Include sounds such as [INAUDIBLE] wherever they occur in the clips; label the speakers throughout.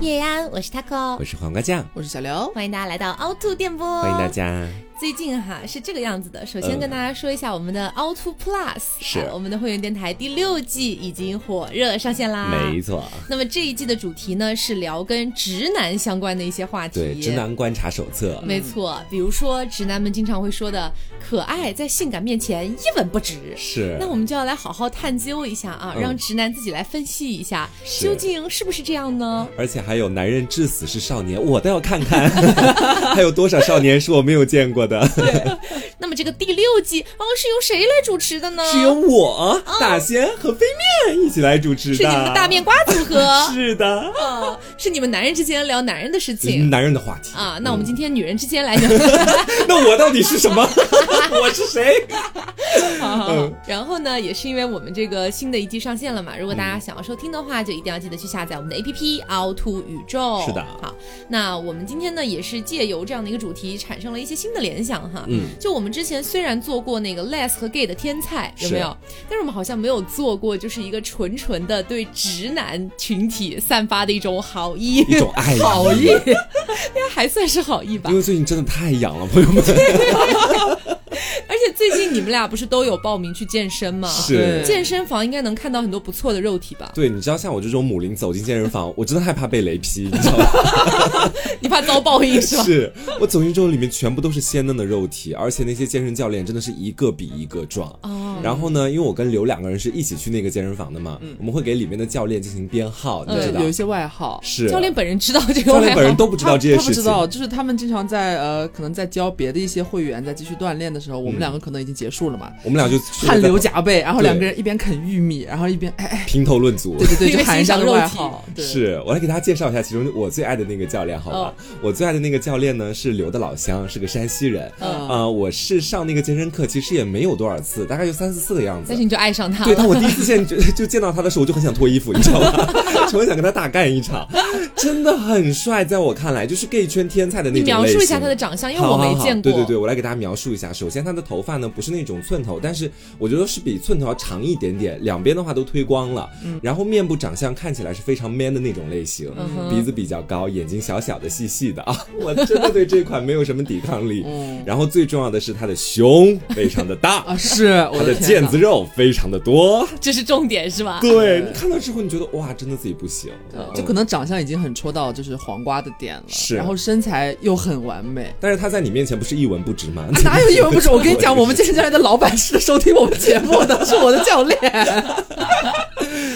Speaker 1: 夜安，我是 Taco，
Speaker 2: 我是黄瓜酱，
Speaker 3: 我是小刘，
Speaker 1: 欢迎大家来到凹凸电波，
Speaker 2: 欢迎大。家。
Speaker 1: 最近哈是这个样子的，首先跟大家说一下我们的凹凸 Plus，
Speaker 2: 是
Speaker 1: 啊我们的会员电台第六季已经火热上线啦。
Speaker 2: 没错，
Speaker 1: 那么这一季的主题呢是聊跟直男相关的一些话题。
Speaker 2: 对《直男观察手册》
Speaker 1: 没错，比如说直男们经常会说的“可爱在性感面前一文不值”，
Speaker 2: 是
Speaker 1: 那我们就要来好好探究一下啊，
Speaker 2: 嗯
Speaker 1: 让直男自己来分析一下，
Speaker 2: 是
Speaker 1: 究竟是不是这样呢？
Speaker 2: 而且还有“男人至死是少年”，我倒要看看， [LAUGHS] 还有多少少年是我没有见
Speaker 1: [LAUGHS]
Speaker 2: 过的？
Speaker 1: 那么这个第六季哦是由谁来主持的呢？
Speaker 2: 只有我、大仙和飞面一起来主持
Speaker 1: 哦是
Speaker 2: 的，
Speaker 1: 你们的大面瓜组合，
Speaker 2: [LAUGHS] 是的，
Speaker 1: 啊，是你们男人之间聊男人的事情。
Speaker 2: 男人的话题
Speaker 1: 啊，那我们今天女人之间来聊，
Speaker 2: 那我到底是什么？ [LAUGHS] 我是谁？ [LAUGHS]
Speaker 1: 好好
Speaker 2: 嗯
Speaker 1: 好然后呢，也是因为我们这个新的一季上线了嘛，如果大家
Speaker 2: 嗯
Speaker 1: 想要收听的话，就一定要记得去下载我们的 APP 凹凸宇宙。
Speaker 2: 是的
Speaker 1: 好，那我们今天呢，也是借由这样的一个主题，产生了一些新的联想哈。
Speaker 2: 嗯，
Speaker 1: 就我们之前虽然做过那个 Les 和 Gay 的天菜，有
Speaker 2: 是
Speaker 1: 没有？但是我们好像没有做过，就是一个纯纯的对直男群体散发的一种好意，
Speaker 2: 一种爱意
Speaker 1: 好意，应该 [LAUGHS] 还算是好意吧
Speaker 2: 因。为最近真的太痒了，朋友们。
Speaker 1: 啊而且最近你们俩不是都有报名去健身吗？
Speaker 2: 是
Speaker 3: 对
Speaker 1: 健身房应该能看到很多不错的肉体吧？
Speaker 2: 对，你知道像我这种母零走进健身房，我真的害怕被雷劈，你知道吗？
Speaker 1: [LAUGHS] 你怕遭报应是吧？
Speaker 2: 是啊我走进之后，里面全部都是鲜嫩的肉体，而且那些健身教练真的是一个比一个壮。
Speaker 1: 哦，
Speaker 2: 然后呢，因为我跟刘两个人是一起去那个健身房的嘛，我们会给里面的教练进行编号，你知道
Speaker 3: 嗯有一？些外号，
Speaker 2: 是
Speaker 1: 教练本人知道这个
Speaker 2: 教
Speaker 1: 外
Speaker 2: 练
Speaker 1: 号
Speaker 2: 本人都不知道
Speaker 3: 他
Speaker 2: 这些
Speaker 3: 他不
Speaker 2: 事
Speaker 3: 知
Speaker 2: 情，
Speaker 3: 道，就是他们经常在呃，可能在教别的一些会员在继续锻炼的时候，
Speaker 2: 嗯
Speaker 3: 我们两个可能已经结束了嘛，
Speaker 2: 我们俩就
Speaker 3: 汗流浃背，然后
Speaker 2: 对
Speaker 3: 两个人一边啃玉米，然后一边
Speaker 2: [LAUGHS]
Speaker 3: 哎哎，
Speaker 2: 评头论足
Speaker 3: 对。对
Speaker 1: 因
Speaker 3: 对，
Speaker 1: 为
Speaker 3: 就喊人家
Speaker 1: 欣赏
Speaker 3: 的
Speaker 1: 肉
Speaker 3: 外
Speaker 1: 体
Speaker 3: 号，对，哦
Speaker 2: 是我来给大家介绍一下其中我最爱的那个教练，好吧？我最爱的那个教练呢是刘的老乡，是个山西人。
Speaker 1: 嗯
Speaker 2: 呃，我是上那个健身课，其实也没有多少次，大概有三四次的样子
Speaker 1: 但是。你就爱上他
Speaker 2: 对，但
Speaker 1: 了。
Speaker 2: 我第一次见就就见到他的时候，我就很想脱衣服，你知道吗？ [LAUGHS] 就很想跟他大干一场，真的很帅，在我看来就是 gay 圈天才的那
Speaker 1: 你
Speaker 2: 种
Speaker 1: 描
Speaker 2: 类
Speaker 1: 述一下
Speaker 2: 型
Speaker 1: 他的长相，因为我没见过。
Speaker 2: 好好好对对对，我来给大家描述一下。首先，他的头发呢不是那种寸头，但是我觉得是比寸头要长一点点，两边的话都推光了。然后面部长相看起来是非常 man 的那种类型，
Speaker 1: 嗯哼
Speaker 2: 鼻子比较高，眼睛小小的、细细的
Speaker 1: [LAUGHS]
Speaker 2: 啊。我真的对这款没有什么抵抗力。
Speaker 3: 嗯，
Speaker 2: 然后最重要的是他的胸非常的
Speaker 1: [LAUGHS]
Speaker 2: 大
Speaker 1: 哦
Speaker 3: 啊，是我
Speaker 2: 他的腱
Speaker 3: 天呐
Speaker 2: 子肉非常的多。
Speaker 1: 这是重点是吧？
Speaker 2: 对你看到之后，你觉得哇，真的自己不行，嗯
Speaker 3: 就可能长相已经很戳到就是黄瓜的点了，
Speaker 2: 是。
Speaker 3: 然后身材又很完美
Speaker 2: 但是他在你面前不是一文不值吗？
Speaker 3: [LAUGHS] 哪有一文
Speaker 2: [LAUGHS]
Speaker 3: 不值？我跟你讲，我们健身教练的老板是收听我们节目的，是我的教练。 [LAUGHS]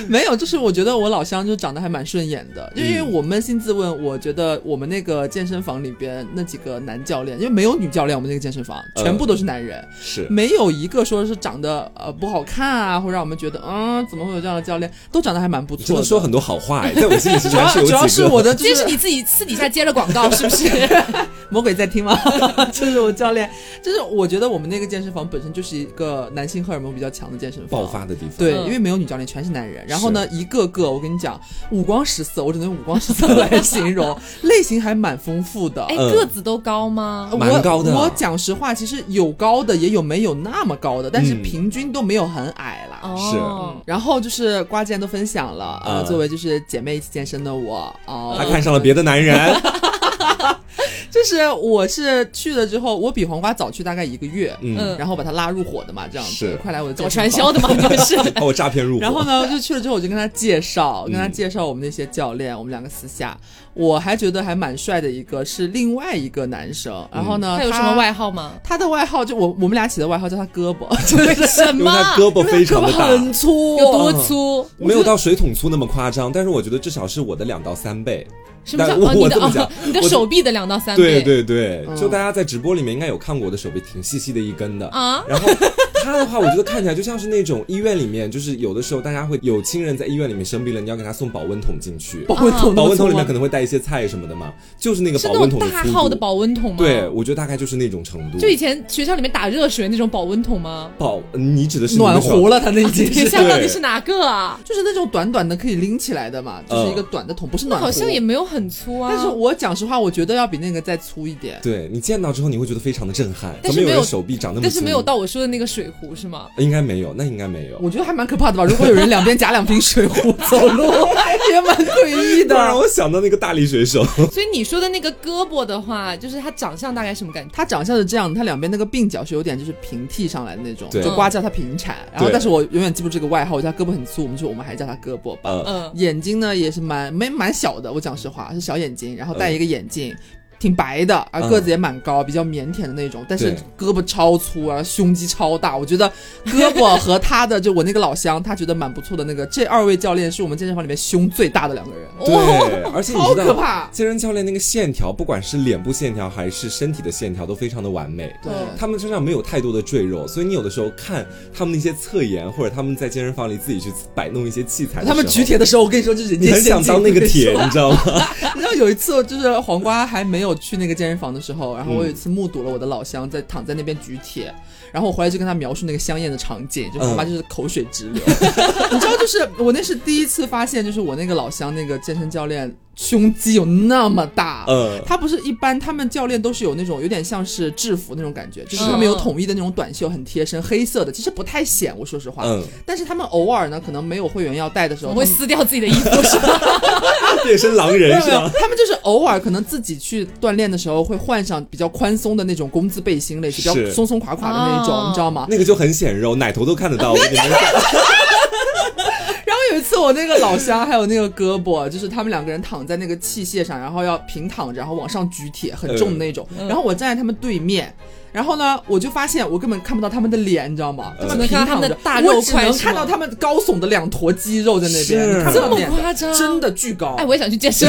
Speaker 3: 没有，就是我觉得我老乡就长得还蛮顺眼的，就因
Speaker 2: 嗯
Speaker 3: 为我扪心自问，我觉得我们那个健身房里边那几个男教练，因为没有女教练，我们那个健身房
Speaker 2: 嗯
Speaker 3: 全部都是男人，
Speaker 2: 是
Speaker 3: 没有一个说是长得呃不好看啊，或者让我们觉得嗯怎么会有这样的教练，都长得还蛮不
Speaker 2: 真
Speaker 3: 错
Speaker 2: 的
Speaker 3: 的。
Speaker 2: 说很多好话
Speaker 3: [LAUGHS]
Speaker 2: 哎，在我心里是
Speaker 3: 主要
Speaker 2: 还是有
Speaker 3: 主要
Speaker 2: 几
Speaker 3: 是
Speaker 2: 个
Speaker 3: 我的就
Speaker 1: 这
Speaker 3: 是
Speaker 1: 是你自己私底下接了广告是不是？
Speaker 2: 嗯
Speaker 3: 魔鬼在听吗？ [LAUGHS] 就是我教练，就是我觉得我们那个健身房本身就是一个男性荷尔蒙比较强的健身房。
Speaker 2: [LAUGHS] 爆发的地方。
Speaker 3: 对，
Speaker 1: 嗯
Speaker 3: 因为没有女教练，全是男人。然后呢，一个个我跟你讲，五光十色，我只能用五光十色来
Speaker 1: [LAUGHS]
Speaker 3: 形容，类型还蛮丰富的
Speaker 1: 哎，。
Speaker 2: 嗯
Speaker 1: 个子都高吗？
Speaker 2: 蛮
Speaker 3: 我
Speaker 2: 高的啊
Speaker 3: 我讲实话，其实有高的，也有没有那么高的，但是
Speaker 2: 嗯
Speaker 3: 平均都没有很矮啦。
Speaker 1: 哦，
Speaker 3: 然后就是瓜既然都分享了，呃，
Speaker 2: 嗯
Speaker 3: 作为就是姐妹一起健身的我，哦、
Speaker 2: 他看上了别的男
Speaker 3: [LAUGHS]
Speaker 2: 人，
Speaker 3: 就是我是去了之后，我比黄瓜早去大概一个月，
Speaker 2: 嗯，
Speaker 1: 嗯
Speaker 3: 然后把他拉入伙的嘛，这样子
Speaker 2: 是，
Speaker 3: 快来我的
Speaker 1: 搞
Speaker 3: 健身
Speaker 1: 传
Speaker 3: 房
Speaker 1: 销。的嘛，
Speaker 2: [LAUGHS]
Speaker 1: 就是。
Speaker 2: 把我诈骗入伙。
Speaker 3: 然后呢，我就去了之后，我就跟他介绍，
Speaker 2: 嗯
Speaker 3: 跟他介绍我们那些教练，我们两个私下，我还觉得还蛮帅的一个是另外一个男生，然后呢，
Speaker 1: 嗯他有什么？外号
Speaker 2: [LAUGHS]
Speaker 1: 吗？
Speaker 3: 他的外号就我我们俩起的外号叫他胳膊，就是
Speaker 1: 什
Speaker 2: 因
Speaker 1: 么
Speaker 2: 为？他胳膊非
Speaker 3: 胳
Speaker 2: 常
Speaker 3: 膊
Speaker 2: 的大，
Speaker 3: 很粗，
Speaker 1: 有多粗？
Speaker 2: 没有到水桶粗那么夸张，但是我觉得至少是我的两到三倍。
Speaker 1: 什么叫
Speaker 2: 但我
Speaker 1: 哦？你
Speaker 2: 我
Speaker 1: 的
Speaker 2: 这么
Speaker 1: 哦
Speaker 2: 讲，
Speaker 1: 你的
Speaker 2: 我
Speaker 1: 手臂的两到三
Speaker 2: 对
Speaker 1: 倍。
Speaker 2: 对对，
Speaker 3: 嗯
Speaker 2: 就大家在直播里面应该有看过我的手臂，挺细细的一根的。
Speaker 1: 啊，
Speaker 2: 然后他的话，我觉得看起来就像是那种医院里面，就是有的时候大家会有亲人在医院里面生病了，你要给他送保温桶进去，
Speaker 3: 保温桶，
Speaker 2: 保温桶里面可能会带一些菜什么的嘛，就是那个
Speaker 1: 是
Speaker 2: 保
Speaker 1: 那
Speaker 2: 温
Speaker 1: 种
Speaker 2: 桶的
Speaker 1: 大
Speaker 2: 粗
Speaker 1: 号的
Speaker 2: 度
Speaker 1: 保温桶吗？
Speaker 2: 对，我觉得大概就是那种程度。
Speaker 1: 就以前学校里面打热水那种保温桶吗？
Speaker 2: [LAUGHS] 保，你指的是
Speaker 3: 暖
Speaker 2: 壶
Speaker 3: 壶了，他那已经
Speaker 1: [LAUGHS] 等一
Speaker 3: 是
Speaker 1: 下，到底是哪个啊？
Speaker 3: 就是那种短短的可以拎起来的嘛，就是
Speaker 2: 嗯
Speaker 3: 一个短的桶，不是暖壶。
Speaker 1: 好像也没有很粗啊。
Speaker 3: 但是我讲实话，我觉得要比那个再粗一点。
Speaker 2: 对你见到之后，你会觉得非常的震撼，
Speaker 1: 但
Speaker 2: 怎
Speaker 1: 是
Speaker 2: 么有
Speaker 1: 没有
Speaker 2: 人手臂长那么
Speaker 1: 但
Speaker 2: 粗？
Speaker 1: 是没有到我说的那个水壶是吗？
Speaker 2: 应该没有，那应该没有。
Speaker 3: 我觉得还蛮可怕的吧？如果有人两边夹两瓶水壶走路，也蛮诡异
Speaker 2: 突然让
Speaker 1: 啊
Speaker 3: 的。
Speaker 2: 我想到那个大力水手， [LAUGHS]
Speaker 1: 所以你说的那个胳膊的话，就是它长相大概什么感觉？
Speaker 3: 他长相是这样，他两边那个鬓角是有点就是平剃上来的那种，
Speaker 2: 对
Speaker 3: 就瓜叫他平铲。然后，
Speaker 2: 对
Speaker 3: 但是我永远记不住这个外号，我叫他胳膊很粗，我们就我们还叫他胳膊吧。
Speaker 2: 呃，
Speaker 1: 嗯，
Speaker 3: 眼睛呢也是蛮没蛮小的，我讲实话是小眼睛，然后戴一个眼镜。挺白的，而
Speaker 2: 嗯
Speaker 3: 个子也蛮高，比较腼腆的那种，但是
Speaker 2: 对
Speaker 3: 胳膊超粗啊，胸肌超大。我觉得胳膊和他的就我那个老乡，他觉得蛮不错的那个，这二位教练是我们健身房里面胸最大的两个人，
Speaker 2: 对，
Speaker 1: 哦
Speaker 2: 而且你
Speaker 3: 超
Speaker 2: 知
Speaker 3: 可
Speaker 2: 道，
Speaker 3: 怕。
Speaker 2: 健身教练那个线条，不管是脸部线条还是身体的线条，都非常的完美。
Speaker 3: 对，
Speaker 2: 他们身上没有太多的赘肉，所以你有的时候看他们那些侧颜，或者他们在健身房里自己去摆弄一些器材的时候，
Speaker 3: 他们举铁的时候，我跟你说，就是人
Speaker 2: 你
Speaker 3: 家
Speaker 2: 很想当那个铁，你知道吗？
Speaker 3: 你知道有一次，就是黄瓜还没有去那个健身房的时候，然后
Speaker 2: 嗯
Speaker 3: 我有一次目睹了我的老乡在躺在那边举铁，然后我回来就跟他描述那个香艳的场景，就
Speaker 2: 嗯
Speaker 3: 他妈就是口水直流。 [LAUGHS] 你知道，就是我那是第一次发现，就是我那个老乡那个健身教练胸肌有那么大。 [LAUGHS]
Speaker 2: 嗯，
Speaker 3: 他不是一般，他们教练都是有那种有点像是制服那种感觉，就
Speaker 1: 是
Speaker 3: 是他们有统一的那种短袖，很贴身，黑色的，其实不太显。我说实话，
Speaker 2: 嗯，
Speaker 3: 但是他们偶尔呢，可能没有会员要带的时候，
Speaker 1: 我
Speaker 3: 他
Speaker 1: 会
Speaker 3: 们
Speaker 1: 撕掉自己的衣
Speaker 2: [LAUGHS]
Speaker 1: 服是吧？
Speaker 2: 变身狼人是
Speaker 3: 没有没有
Speaker 2: 吧？
Speaker 3: 他们就是偶尔可能自己去锻炼的时候会换上比较宽松的那种工字背心，类似比
Speaker 2: 是
Speaker 3: 较松松垮垮的那种，
Speaker 1: 哦
Speaker 3: 你知
Speaker 2: [LAUGHS]
Speaker 3: 道吗？
Speaker 2: 那个就很显肉，奶头都看得
Speaker 3: [LAUGHS]
Speaker 2: 到。我跟你们讲，
Speaker 3: 然后有一次我那个老乡还有那个胳膊，就是他们两个人躺在那个器械上，然后要平躺着，然后往上举铁，很重的那种。
Speaker 1: 嗯
Speaker 3: 然后我站在他们对面。然后呢，我就发现我根本看不到他们的脸，你知道吗？
Speaker 2: 嗯
Speaker 3: 们
Speaker 1: 只
Speaker 3: 平
Speaker 1: 能看到他们
Speaker 3: 躺
Speaker 1: 的
Speaker 3: 着，
Speaker 1: 大肉
Speaker 3: 我只
Speaker 1: 块
Speaker 3: 能
Speaker 1: 是吗
Speaker 3: 看到他们高耸的两坨肌肉在那边，
Speaker 2: 是
Speaker 3: 你看不
Speaker 1: 这
Speaker 3: 到
Speaker 1: 么
Speaker 3: 脸的
Speaker 1: 夸张
Speaker 3: 真的巨高。
Speaker 1: 哎，我也想去健
Speaker 2: [LAUGHS]
Speaker 1: 身。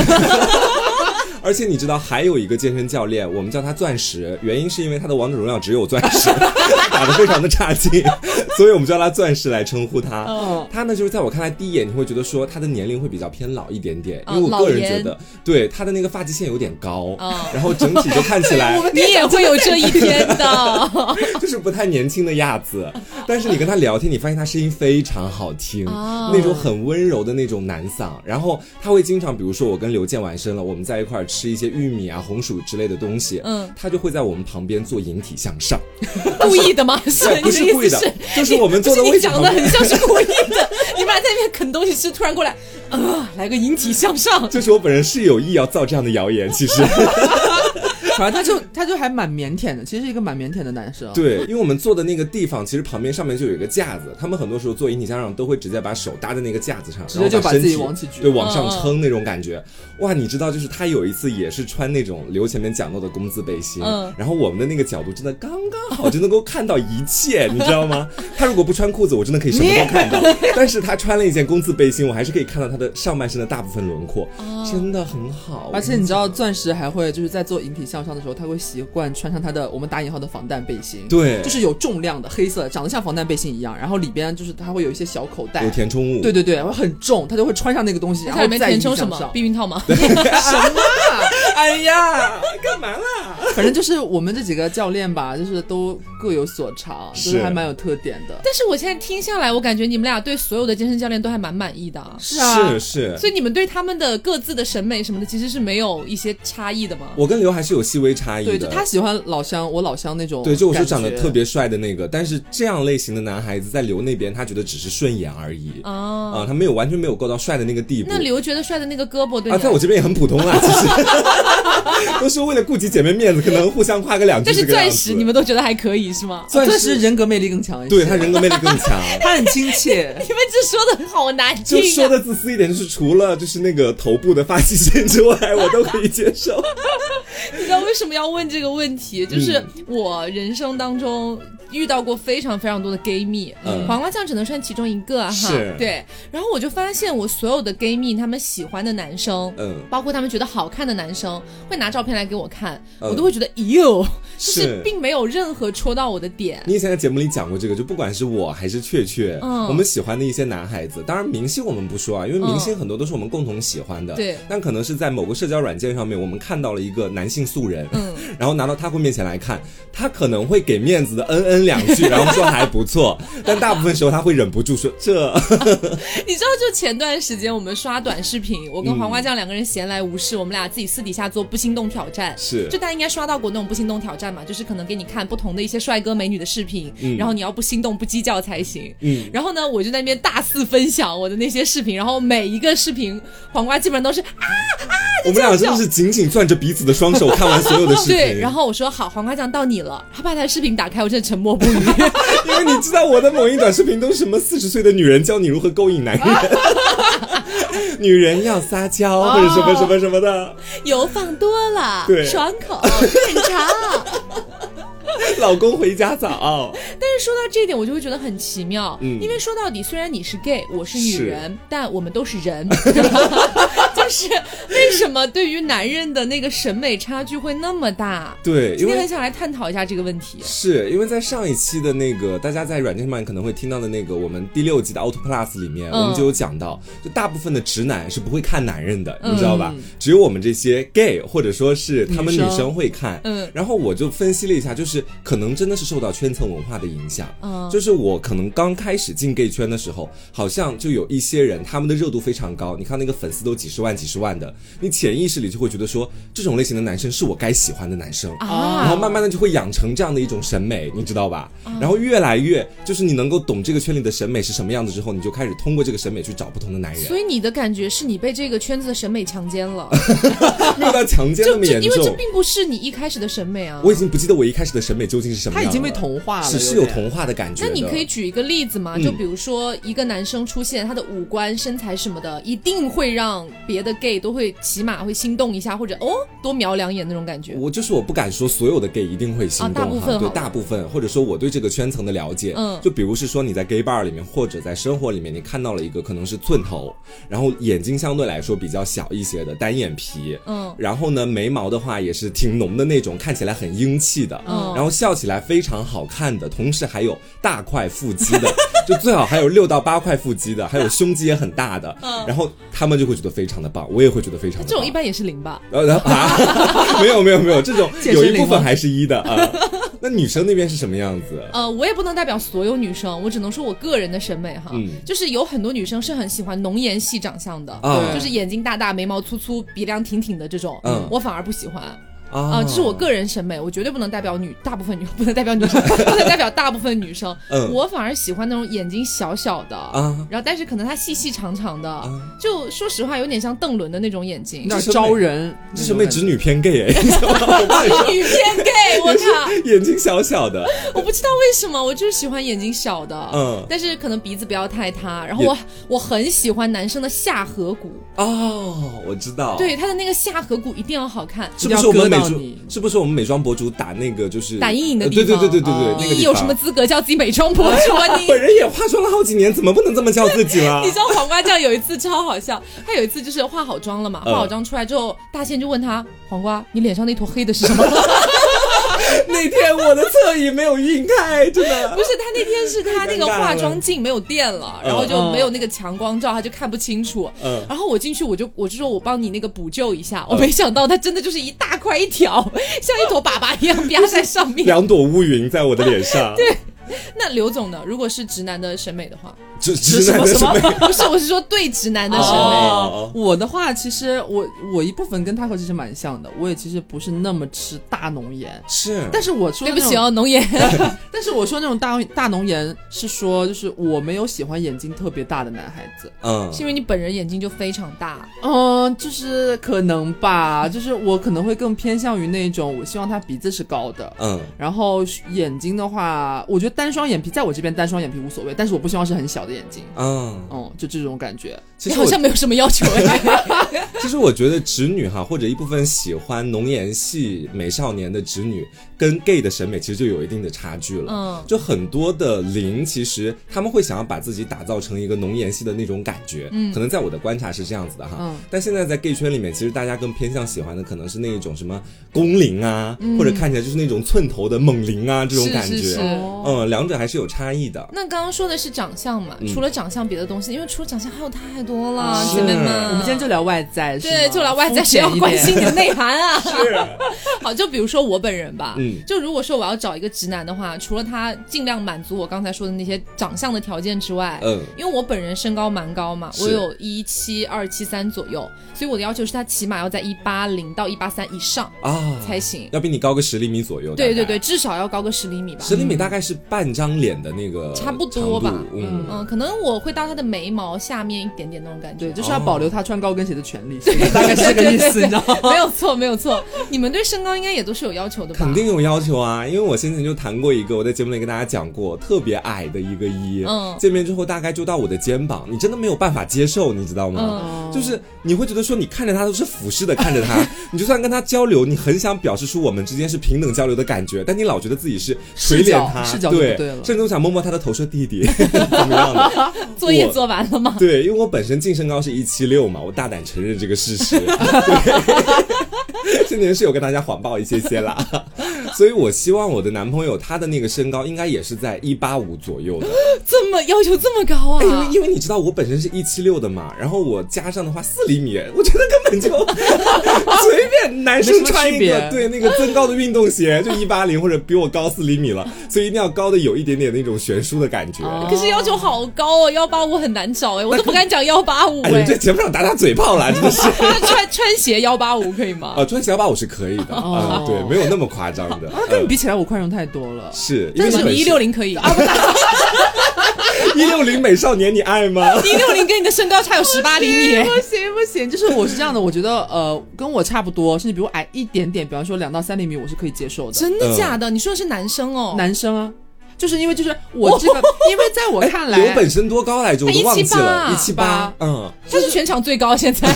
Speaker 2: 而且你知道还有一个健身教练，我们叫他钻石，原因是因为他的王者荣耀只有钻
Speaker 1: [LAUGHS]
Speaker 2: 石，打得非常的差劲，所以我们叫他钻石来称呼他。
Speaker 1: 哦
Speaker 3: 嗯，
Speaker 2: 他呢，就是在我看来，第一眼你会觉得说他的年龄会比较偏老一点点，
Speaker 1: 哦
Speaker 2: 因为我个人觉
Speaker 1: 老
Speaker 2: 得，对他的那个发际线有点高
Speaker 1: 哦，
Speaker 2: 然后整体就看起
Speaker 1: [LAUGHS]
Speaker 2: 来
Speaker 1: 你也会有这一天
Speaker 2: [LAUGHS]
Speaker 1: 的
Speaker 2: 就是不太年轻的样子。但是你跟他聊天，你发现他声音非常好听，
Speaker 1: 哦
Speaker 2: 那种很温柔的那种男嗓。然后他会经常，比如说我跟刘健完身了，我们在一块儿吃一些玉米啊、红薯之类的东西，
Speaker 1: 嗯
Speaker 2: 他就会在我们旁边做引体向上，
Speaker 1: 故意的吗？是，
Speaker 2: 不
Speaker 1: 你
Speaker 2: 是
Speaker 1: 意
Speaker 2: 故意
Speaker 1: 思
Speaker 2: 的
Speaker 1: 是，，
Speaker 2: 就是我们
Speaker 1: 不
Speaker 2: 坐
Speaker 1: 是
Speaker 2: 的
Speaker 1: 你
Speaker 2: 位置
Speaker 1: 讲
Speaker 2: 旁
Speaker 1: 的
Speaker 2: 边。
Speaker 1: 很像是故意的，你本来在那边啃东西吃，突然过来，啊，来个引体向上，
Speaker 2: 就是我本人是有意要造这样的谣言，其实
Speaker 3: 反正他就他就还蛮腼腆的，其实是一个蛮腼腆的男生。
Speaker 2: 对，因为我们坐的那个地方，其实旁边上面就有一个架子，他们很多时候做引体向上都会直接把手搭在那个架子上，
Speaker 3: 直
Speaker 2: 然
Speaker 3: 接
Speaker 2: 后
Speaker 3: 就把
Speaker 2: 身
Speaker 3: 自己
Speaker 2: 体
Speaker 3: 往起举
Speaker 2: 对，往上
Speaker 1: 嗯嗯
Speaker 2: 撑那种感觉。哇，你知道，就是他有一次也是穿那种刘前面讲到的工字背心，
Speaker 1: 嗯
Speaker 2: 然后我们的那个角度真的刚刚好，就能够看到一切，你知道吗？他如果不穿裤子，我真的可以什么都看到，但是他穿了一件工字背心，我还是可以看到他的上半身的大部分轮廓，
Speaker 1: 哦
Speaker 2: 真的很好。
Speaker 3: 而且你知道，钻石还会就是在做引体向上的时候，他会习惯穿上他的我们打引号的防弹背心，，
Speaker 2: 对，
Speaker 3: 就是有重量的黑色的，长得像防弹背心一样，然后里边就是它会有一些小口袋
Speaker 2: 有，填充物，
Speaker 3: 对对对，会很重，他就会穿上那个东西，然
Speaker 1: 它
Speaker 3: 后
Speaker 1: 里面
Speaker 3: 再
Speaker 1: 填
Speaker 3: 引体
Speaker 1: 充
Speaker 3: 向
Speaker 1: 什么
Speaker 3: 上。
Speaker 1: 避孕套吗？ [LAUGHS]
Speaker 3: [LAUGHS]
Speaker 2: 哎呀， [LAUGHS] 干嘛啦？
Speaker 3: 反正就是我们这几个教练吧，就是都各有所长，就是还蛮有特点的。
Speaker 1: 但是我现在听下来，我感觉你们俩对所有的健身教练都还蛮满意的啊，
Speaker 3: 是啊
Speaker 2: 是是，
Speaker 1: 所以你们对他们的各自的审美什么的，其实是没有一些差异的吗？
Speaker 2: 我跟刘还是有细微差异的。
Speaker 3: 对，就他喜欢老乡，我老乡那种感觉，
Speaker 2: 对，就我说长得特别帅的那个，但是这样类型的男孩子在刘那边，他觉得只是顺眼而已啊、
Speaker 1: 啊，
Speaker 2: 他没有完全没有够到帅的那个地步。
Speaker 1: 那刘觉得帅的那个胳膊对
Speaker 2: 啊，
Speaker 1: 你
Speaker 2: 在我
Speaker 1: 来，
Speaker 2: 这边也很普通啦，其实 [LAUGHS] 都是为了顾及姐妹面子，可能互相夸个两句
Speaker 1: 但是
Speaker 2: 这个样
Speaker 1: 钻
Speaker 2: 子。
Speaker 1: 石你们都觉得还可以是吗？
Speaker 2: 钻
Speaker 3: 哦钻
Speaker 2: 石
Speaker 3: 石人格魅力更强一些，
Speaker 2: 对他人格魅力更强。
Speaker 3: 他很亲切。
Speaker 1: [LAUGHS] 你们这说的好难听 [LAUGHS]
Speaker 2: 就
Speaker 1: 啊！
Speaker 2: 说的自私一点，就是除了就是那个头部的发际线之外，我都可以接受。
Speaker 1: 你知道为什么要问这个问题？就是
Speaker 2: 嗯
Speaker 1: 我人生当中遇到过非常非常多的 gay 蜜，
Speaker 2: 嗯
Speaker 1: 黄瓜酱只能算其中一个啊哈
Speaker 2: 是。
Speaker 1: 对，然后我就发现我所有的 gay 蜜，他们喜欢的男生，
Speaker 2: 嗯
Speaker 1: 包括他们觉得好看的男生，会拿照片来给我看，
Speaker 2: 嗯
Speaker 1: 我都会觉得哟，就是
Speaker 2: 是
Speaker 1: 并没有任何戳到我的点。
Speaker 2: 你以前在节目里讲过这个，就不管是我还是雀雀，
Speaker 1: 嗯
Speaker 2: 我们喜欢的一些男孩子，当然明星我们不说啊，因为明星很多都是我们共同喜欢的，
Speaker 1: 嗯对
Speaker 2: 但可能是在某个社交软件上面，我们看到了一个男性素人，
Speaker 1: 嗯，
Speaker 2: 然后拿到他会面前来看，他可能会给面子的嗯嗯两句，然后说还不错，但大部分时候他会忍不住说这， [LAUGHS]
Speaker 1: 你知道，就前段时间我们刷短视频，我跟黄瓜酱两个人闲来无事，我们俩自己私底下做不心动挑战。
Speaker 2: 是
Speaker 1: 就大家应该刷到过那种不心动挑战嘛，就是可能给你看不同的一些帅哥美女的视频，
Speaker 2: 嗯
Speaker 1: 然后你要不心动不鸡叫才行。
Speaker 2: 嗯，
Speaker 1: 然后呢，我就在那边大肆分享我的那些视频，然后每一个视频，黄瓜基本上都是啊
Speaker 2: 我们俩真的是紧紧攥着彼此的双手，看完所有的视
Speaker 1: [LAUGHS]
Speaker 2: 频。
Speaker 1: 对，然后我说好，黄瓜酱到你了，他把他的视频打开，我真的沉默不
Speaker 2: [LAUGHS]
Speaker 1: 语。
Speaker 2: 因为你知道我的某音短视频都是什么四十岁的女人教你如何勾引男人，女人要撒娇或者什
Speaker 1: 哦
Speaker 2: 么什么什么的，
Speaker 1: 油放多了
Speaker 2: [LAUGHS] 对，
Speaker 1: 爽口，正常。
Speaker 2: 老公回家早。
Speaker 1: 但是说到这一点，我就会觉得很奇妙，
Speaker 2: 嗯
Speaker 1: 因为说到底，虽然你是 gay，我是女
Speaker 2: 是
Speaker 1: 人，但我们都是
Speaker 2: [LAUGHS]
Speaker 1: 人。 [LAUGHS] 就是为什么对于男人的那个审美差距会那么大？
Speaker 2: 对，因
Speaker 1: 今天
Speaker 2: 为
Speaker 1: 很想来探讨一下这个问题。
Speaker 2: 是因为在上一期的那个大家在软件上面可能会听到的那个我们第六集的 Auto Plus 里面，
Speaker 1: 嗯
Speaker 2: 我们就有讲到，就大部分的直男是不会看男人的，
Speaker 1: 嗯
Speaker 2: 你知道吧？只有我们这些 gay 或者说是他们
Speaker 3: 女
Speaker 2: 女
Speaker 3: 生
Speaker 2: 生会看。
Speaker 1: 嗯
Speaker 2: 然后我就分析了一下，就是可能真的是受到圈层文化的影响。
Speaker 1: 嗯，
Speaker 2: 就是我可能刚开始进 gay 圈的时候，好像就有一些人他们的热度非常高，你看那个粉丝都几十万、几十万的，你潜意识里就会觉得说这种类型的男生是我该喜欢的男生。然后
Speaker 1: 啊，
Speaker 2: 慢慢的就会养成这样的一种审美，你知道吧？
Speaker 1: 嗯
Speaker 2: 然后越来越就是你能够懂这个圈里的审美是什么样子之后，你就开始通过这个审美去找不同的男人，
Speaker 1: 所以你的感觉是你被这个圈子的审美强奸了，
Speaker 2: 没有到强奸 [LAUGHS] 那
Speaker 1: 就
Speaker 2: 么
Speaker 1: 这
Speaker 2: 严
Speaker 1: 因为这
Speaker 2: 重。
Speaker 1: 并不是你一开始的审美啊。
Speaker 2: 我已经不记得我一开始的审美究竟是什么
Speaker 3: 他
Speaker 2: 样了，
Speaker 3: 已经被同化了，
Speaker 2: 是是有
Speaker 3: 点
Speaker 2: 同化的感觉嗯
Speaker 1: 那
Speaker 2: 的。
Speaker 1: 你可以举一个例子吗？就比如说一个男生出现，他的五官、身材什么的，一定会让别的 gay 都会起码会心动一下，或者哦多瞄两眼那种感觉。
Speaker 2: 我就是我不敢说所有的 gay 一定会心
Speaker 1: 啊
Speaker 2: 动
Speaker 1: 大
Speaker 2: 哈，
Speaker 1: 部分
Speaker 2: 对
Speaker 1: 好了
Speaker 2: 大部分，或者说我对这个圈层的了解，
Speaker 1: 嗯
Speaker 2: 就比如是说你在 gay bar 里面或者在生活里面，你看到了一个可能是寸头，然后眼睛相对来说比较小一些的单眼皮，
Speaker 1: 嗯
Speaker 2: 然后呢眉毛的话也是挺浓的那种，看起来很英气的，
Speaker 1: 嗯
Speaker 2: 然后笑起来非常好看的，同时还有大块腹肌
Speaker 1: [LAUGHS]
Speaker 2: 的，就最好还有六到八块腹肌的，还有胸肌也很大的，然后他们就会觉得非常的棒，我也会觉得非常的棒。
Speaker 1: 嗯这种一般也是零吧？
Speaker 2: 然后然后啊， [LAUGHS] 没有没有没有，这
Speaker 1: [LAUGHS]
Speaker 2: 种
Speaker 3: 健身
Speaker 2: 有一
Speaker 3: 铃
Speaker 2: 部分
Speaker 3: 吗
Speaker 2: 还是一的啊。 [LAUGHS] 那女生那边是什么样子？
Speaker 1: 呃，我也不能代表所有女生，我只能说我个人的审美哈，
Speaker 2: 嗯
Speaker 1: 就是有很多女生是很喜欢浓颜系长相的，
Speaker 2: 啊
Speaker 1: 就是眼睛大大、眉毛粗粗、鼻梁挺挺的这种，
Speaker 2: 嗯
Speaker 1: 我反而不喜欢。啊、
Speaker 2: 啊
Speaker 1: 这是我个人审美，我绝对不能代表女大部分女，不 [LAUGHS] 能代表
Speaker 2: [LAUGHS]
Speaker 1: 女生，不能代表大部分女生。
Speaker 2: 嗯
Speaker 1: 我反而喜欢那种眼睛小小的，
Speaker 2: 啊
Speaker 1: 然后但是可能她细细长长的，就说实话有点像邓伦的那种眼睛，
Speaker 3: 那招人，
Speaker 2: 这审美直女
Speaker 1: [LAUGHS]
Speaker 2: 偏 gay 哎，你知道吗？我爸也说
Speaker 1: 女偏 gay，我靠！
Speaker 2: [LAUGHS] 眼睛小小的，
Speaker 1: 我不知道为什么，我就是喜欢眼睛小的，
Speaker 2: 嗯
Speaker 1: 但是可能鼻子不要太塌。然后
Speaker 2: 也
Speaker 1: 我我很喜欢男生的下颌骨，
Speaker 2: 哦，我知道，
Speaker 1: 对，他的那个下颌骨一定要好看。
Speaker 2: 是不是我们美
Speaker 3: 一定要割到
Speaker 2: 妆
Speaker 3: 你？
Speaker 2: 是不是我们美妆博主打那个就是
Speaker 1: 打阴影的
Speaker 2: 呃
Speaker 1: 地方
Speaker 2: 对对对对对
Speaker 3: 哦
Speaker 2: 对，那个
Speaker 1: 你
Speaker 2: 地
Speaker 1: 有
Speaker 2: 方
Speaker 1: 什么？资格叫自己美妆博主啊？你
Speaker 2: [LAUGHS] 本人也化妆了好几年，怎么不能这么叫自己
Speaker 1: [LAUGHS]
Speaker 2: 了
Speaker 1: 你？知道黄瓜酱有一次超好笑，他有一次就是化好妆了嘛，
Speaker 2: 嗯
Speaker 1: 化好妆出来之后，大仙就问他黄瓜，你脸上那坨黑的是什么？
Speaker 2: [LAUGHS]
Speaker 1: [LAUGHS]
Speaker 2: 那天我的侧影没有晕开，真的
Speaker 1: [LAUGHS] 不是他那天是他那个
Speaker 2: 太尴尬了
Speaker 1: 化妆镜没有电了，然后就没有那个强光照，他就看不清楚。
Speaker 2: 嗯
Speaker 1: 然后我进去我就我就说我帮你那个补救一下，我没想到他真的就是一大块一条， [LAUGHS] 像一坨粑粑一样压在上面。
Speaker 2: 两朵乌云在我的脸
Speaker 1: [LAUGHS]
Speaker 2: 上，对，
Speaker 1: 那刘总呢？如果是直男的审美的
Speaker 2: [LAUGHS]
Speaker 1: 话，
Speaker 2: 直直男的
Speaker 3: 什
Speaker 2: 审
Speaker 3: 么
Speaker 2: 美
Speaker 1: [LAUGHS]
Speaker 3: 什么？
Speaker 1: 不是，我是说对直男的审美。
Speaker 2: 哦
Speaker 3: 我的话，其实我我一部分跟 Taco 其实蛮像的，我也其实不是那么吃大浓盐，
Speaker 2: 是，
Speaker 3: 但是我说
Speaker 1: 对
Speaker 3: 的
Speaker 1: 不
Speaker 3: 那种
Speaker 1: 起哦，浓
Speaker 2: [LAUGHS]
Speaker 1: 颜。
Speaker 3: 但是我说那种大大浓颜是说，就是我没有喜欢眼睛特别大的男孩子，
Speaker 2: 嗯
Speaker 1: 是因为你本人眼睛就非常大，
Speaker 3: 嗯，就是可能
Speaker 2: [LAUGHS]
Speaker 3: 吧，就是我可能会更偏向于那种，我希望他鼻子是高的。
Speaker 2: 嗯。
Speaker 3: 然后眼睛的话，我觉得单双眼皮在我这边单双眼皮无所谓，但是我不希望是很小的眼睛，
Speaker 2: 嗯，
Speaker 3: 嗯，就这种感觉。
Speaker 2: 其
Speaker 1: 哦你
Speaker 2: 实
Speaker 1: 好
Speaker 2: 我
Speaker 1: 像没有什么要
Speaker 2: [LAUGHS]
Speaker 1: 求哎。
Speaker 2: 其实我觉得直女哈，或者一部分喜欢浓颜系美少年的直女，跟 gay 的审美其实就有一定的差距了。
Speaker 1: 嗯
Speaker 2: 就很多的零，其实他们会想要把自己打造成一个浓颜系的那种感觉。嗯，可能在我的观察是这样子的哈。
Speaker 3: 嗯
Speaker 2: 但现在在 gay 圈里面，其实大家更偏向喜欢的可能是那一种什么工龄啊，或者看起来就是那种寸头的猛龄啊这种
Speaker 1: 嗯是
Speaker 2: 感觉。
Speaker 1: 是是
Speaker 3: 哦
Speaker 2: 嗯，呃，两者还是有差异的。
Speaker 1: 那刚刚说的是长相嘛，
Speaker 2: 嗯
Speaker 1: 除了长相别的东西，因为除了长相还有太多了，
Speaker 2: 是
Speaker 1: 姐妹们。
Speaker 3: 我们今天就聊外在，是
Speaker 1: 对，
Speaker 3: 吗
Speaker 1: 就聊外在，
Speaker 3: 肤
Speaker 1: 谁
Speaker 3: 浅
Speaker 1: 要
Speaker 3: 一
Speaker 1: 关
Speaker 3: 点
Speaker 1: 心你的内涵啊？
Speaker 2: 是，
Speaker 1: 好，就比如说我本人吧，
Speaker 2: 嗯
Speaker 1: 就如果说我要找一个直男的话，除了他尽量满足我刚才说的那些长相的条件之外，
Speaker 3: 呃
Speaker 2: 嗯，
Speaker 1: 因为我本人身高蛮高嘛，
Speaker 2: 是
Speaker 1: 我有一七二七三左右，所以我的要求是他起码要在一八零到一八三以上
Speaker 2: 啊，
Speaker 1: 才
Speaker 3: 嗯
Speaker 1: 行。
Speaker 2: 要比你高个十厘米左右。
Speaker 1: 对
Speaker 2: 大
Speaker 1: 对
Speaker 2: 概
Speaker 1: 对，，至少要高个十厘米吧。
Speaker 2: 十厘米大概是半张脸的那个
Speaker 1: 差不多吧
Speaker 2: 长度嗯，
Speaker 1: 嗯，可能我会到他的眉毛下面一点点那种感觉。
Speaker 3: [LAUGHS] 对，就是要
Speaker 2: 哦
Speaker 3: 保留他穿高跟鞋的权
Speaker 1: [LAUGHS]
Speaker 3: 利，大概是这个意思，你知道吗？
Speaker 1: 没有错，没有错。你们对身高应该也都是有要求的吧？
Speaker 2: 肯定有要求啊，因为我先前就谈过一个，我在节目里跟大家讲过，特别矮的一个一，
Speaker 1: 嗯
Speaker 2: 见面之后大概就到我的肩膀，你真的没有办法接受，你知道
Speaker 3: 嗯
Speaker 2: 吗？
Speaker 3: [LAUGHS]
Speaker 2: 就是你会觉得说，你看着他都是俯视的看着他， [LAUGHS] 你就算跟他交流，你很想表示出我们之间是平等交流的感觉，但你老觉得自己是垂
Speaker 3: 视
Speaker 2: 脸
Speaker 3: 角
Speaker 2: 他，
Speaker 3: 视角就
Speaker 2: 对
Speaker 3: 不对了
Speaker 2: 甚至都想摸摸他的头，说弟弟怎么样的。
Speaker 1: 作业
Speaker 2: 我
Speaker 1: 做完了 [LAUGHS] 吗？
Speaker 2: 对，因为我本身净身高是一七六嘛，我大胆承认这个事实。对， [LAUGHS] 今年是有跟大家谎报一些些啦， [LAUGHS] 所以我希望我的男朋友他的那个身高应该也是在一八五左右的，
Speaker 1: 这么要求这么高啊？
Speaker 2: 哎因为因为你知道我本身是一七六的嘛，然后我加上的话四厘米，我觉得根本就 [LAUGHS] 随便男生穿一
Speaker 3: 没什
Speaker 2: 个
Speaker 3: 么区别
Speaker 2: 对那个增高的运动鞋就一八零或者比我高四厘米了，所以一定要高的有一点点那种悬殊的感觉。
Speaker 3: 哦
Speaker 1: 可是要求好高哦，幺八五很难找哎，我都不敢讲幺八五
Speaker 2: 哎呦，
Speaker 1: 哎。
Speaker 2: 这节目上打打嘴炮啦，真的是。
Speaker 1: 穿穿鞋幺八五可以吗？
Speaker 2: 啊，穿小八我是可以的，啊
Speaker 3: 哦，
Speaker 2: 对，没有那么夸张的，
Speaker 3: 跟你
Speaker 2: 嗯
Speaker 3: 比起来，我宽容太多了。
Speaker 2: 是，因
Speaker 1: 但
Speaker 2: 为
Speaker 1: 是你一六零可以，啊一
Speaker 2: 一六零美少年，你爱吗？
Speaker 3: 哦
Speaker 1: 六零跟你的身高差有十八厘米
Speaker 2: 嗯
Speaker 1: 哎。
Speaker 3: 不行不行，就是我是这样的，我觉得呃，跟我差不多，甚至比我矮一点点，比方说两到三厘米，我是可以接受的。
Speaker 1: 真的假的？你说的是男生哦？
Speaker 2: 嗯
Speaker 3: 男生啊，就是因为就是我这个，因为在我看
Speaker 1: [LAUGHS]
Speaker 3: 来，
Speaker 2: 哎
Speaker 3: 哎
Speaker 2: 刘本身多高来着？我都忘记了，一七
Speaker 3: 178
Speaker 2: 八，嗯，
Speaker 1: 他是全场最高现在。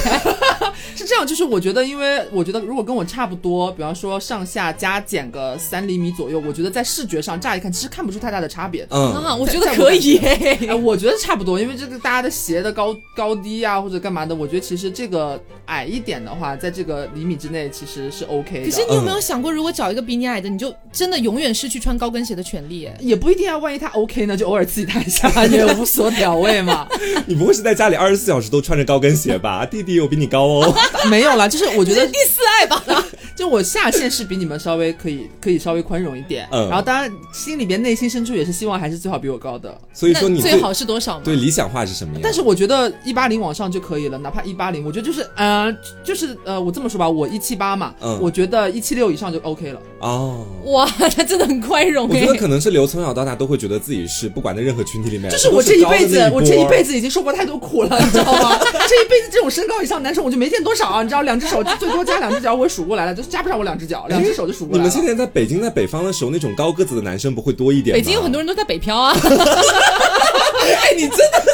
Speaker 3: 是这样，就是我觉得，因为我觉得如果跟我差不多，比方说上下加减个三厘米左右，我觉得在视觉上乍一看其实看不出太大的差别。
Speaker 1: 啊，
Speaker 2: 嗯，
Speaker 1: 我觉得可以哎。
Speaker 3: 哎，我觉得差不多，因为这个大家的鞋的高高低啊，或者干嘛的，我觉得其实这个矮一点的话，在这个厘米之内其实是 OK 的。
Speaker 1: 可是你有没有想过，如果找一个比你矮的，你就真的永远失去穿高跟鞋的权利
Speaker 2: 嗯
Speaker 1: 哎？
Speaker 3: 也不一定啊，万一他 OK 呢，就偶尔刺激他一下 [LAUGHS] 也无所屌味嘛。
Speaker 2: 你不会是在家里二十四小时都穿着高跟鞋
Speaker 3: [LAUGHS]
Speaker 2: 吧？弟弟，我比你高哦，
Speaker 3: 没有啦，就是我觉得，
Speaker 1: 第四爱吧，
Speaker 3: [LAUGHS] 就我下限是比你们稍微可以可以稍微宽容一点，
Speaker 2: 嗯
Speaker 3: 然后当然心里边内心深处也是希望还是最好比我高的。
Speaker 2: 所以说你
Speaker 1: 那最好是多少嘛？
Speaker 2: 对理想化是什么样？
Speaker 3: 但是我觉得一八零往上就可以了，哪怕一八零，我觉得就是呃，就是呃，我这么说吧，我一七八嘛，
Speaker 2: 嗯
Speaker 3: 我觉得一七六以上就 OK 了。
Speaker 2: 哦。
Speaker 1: 哇，他真的很宽容
Speaker 2: 我
Speaker 1: 哎
Speaker 2: 觉得。可啊能是刘从小到大都会觉得自己是不管在任何群体里面，
Speaker 3: 就是我这一辈子，我这一辈
Speaker 2: 子
Speaker 3: 子已经受过太多苦了，你知道吗？这一辈子这种身高以上男生我就没见多少，啊你知道，两只手最多加两只脚，我也数过来了，就是加不上我两只脚，两只手就数过
Speaker 2: 哎你
Speaker 3: 来了。
Speaker 2: 们现在在北京在北方的时候，那种高个子的男生不会多一点吗？
Speaker 1: 北京有很多人都在北漂
Speaker 2: [LAUGHS]
Speaker 1: 啊。哎，你真的， [LAUGHS]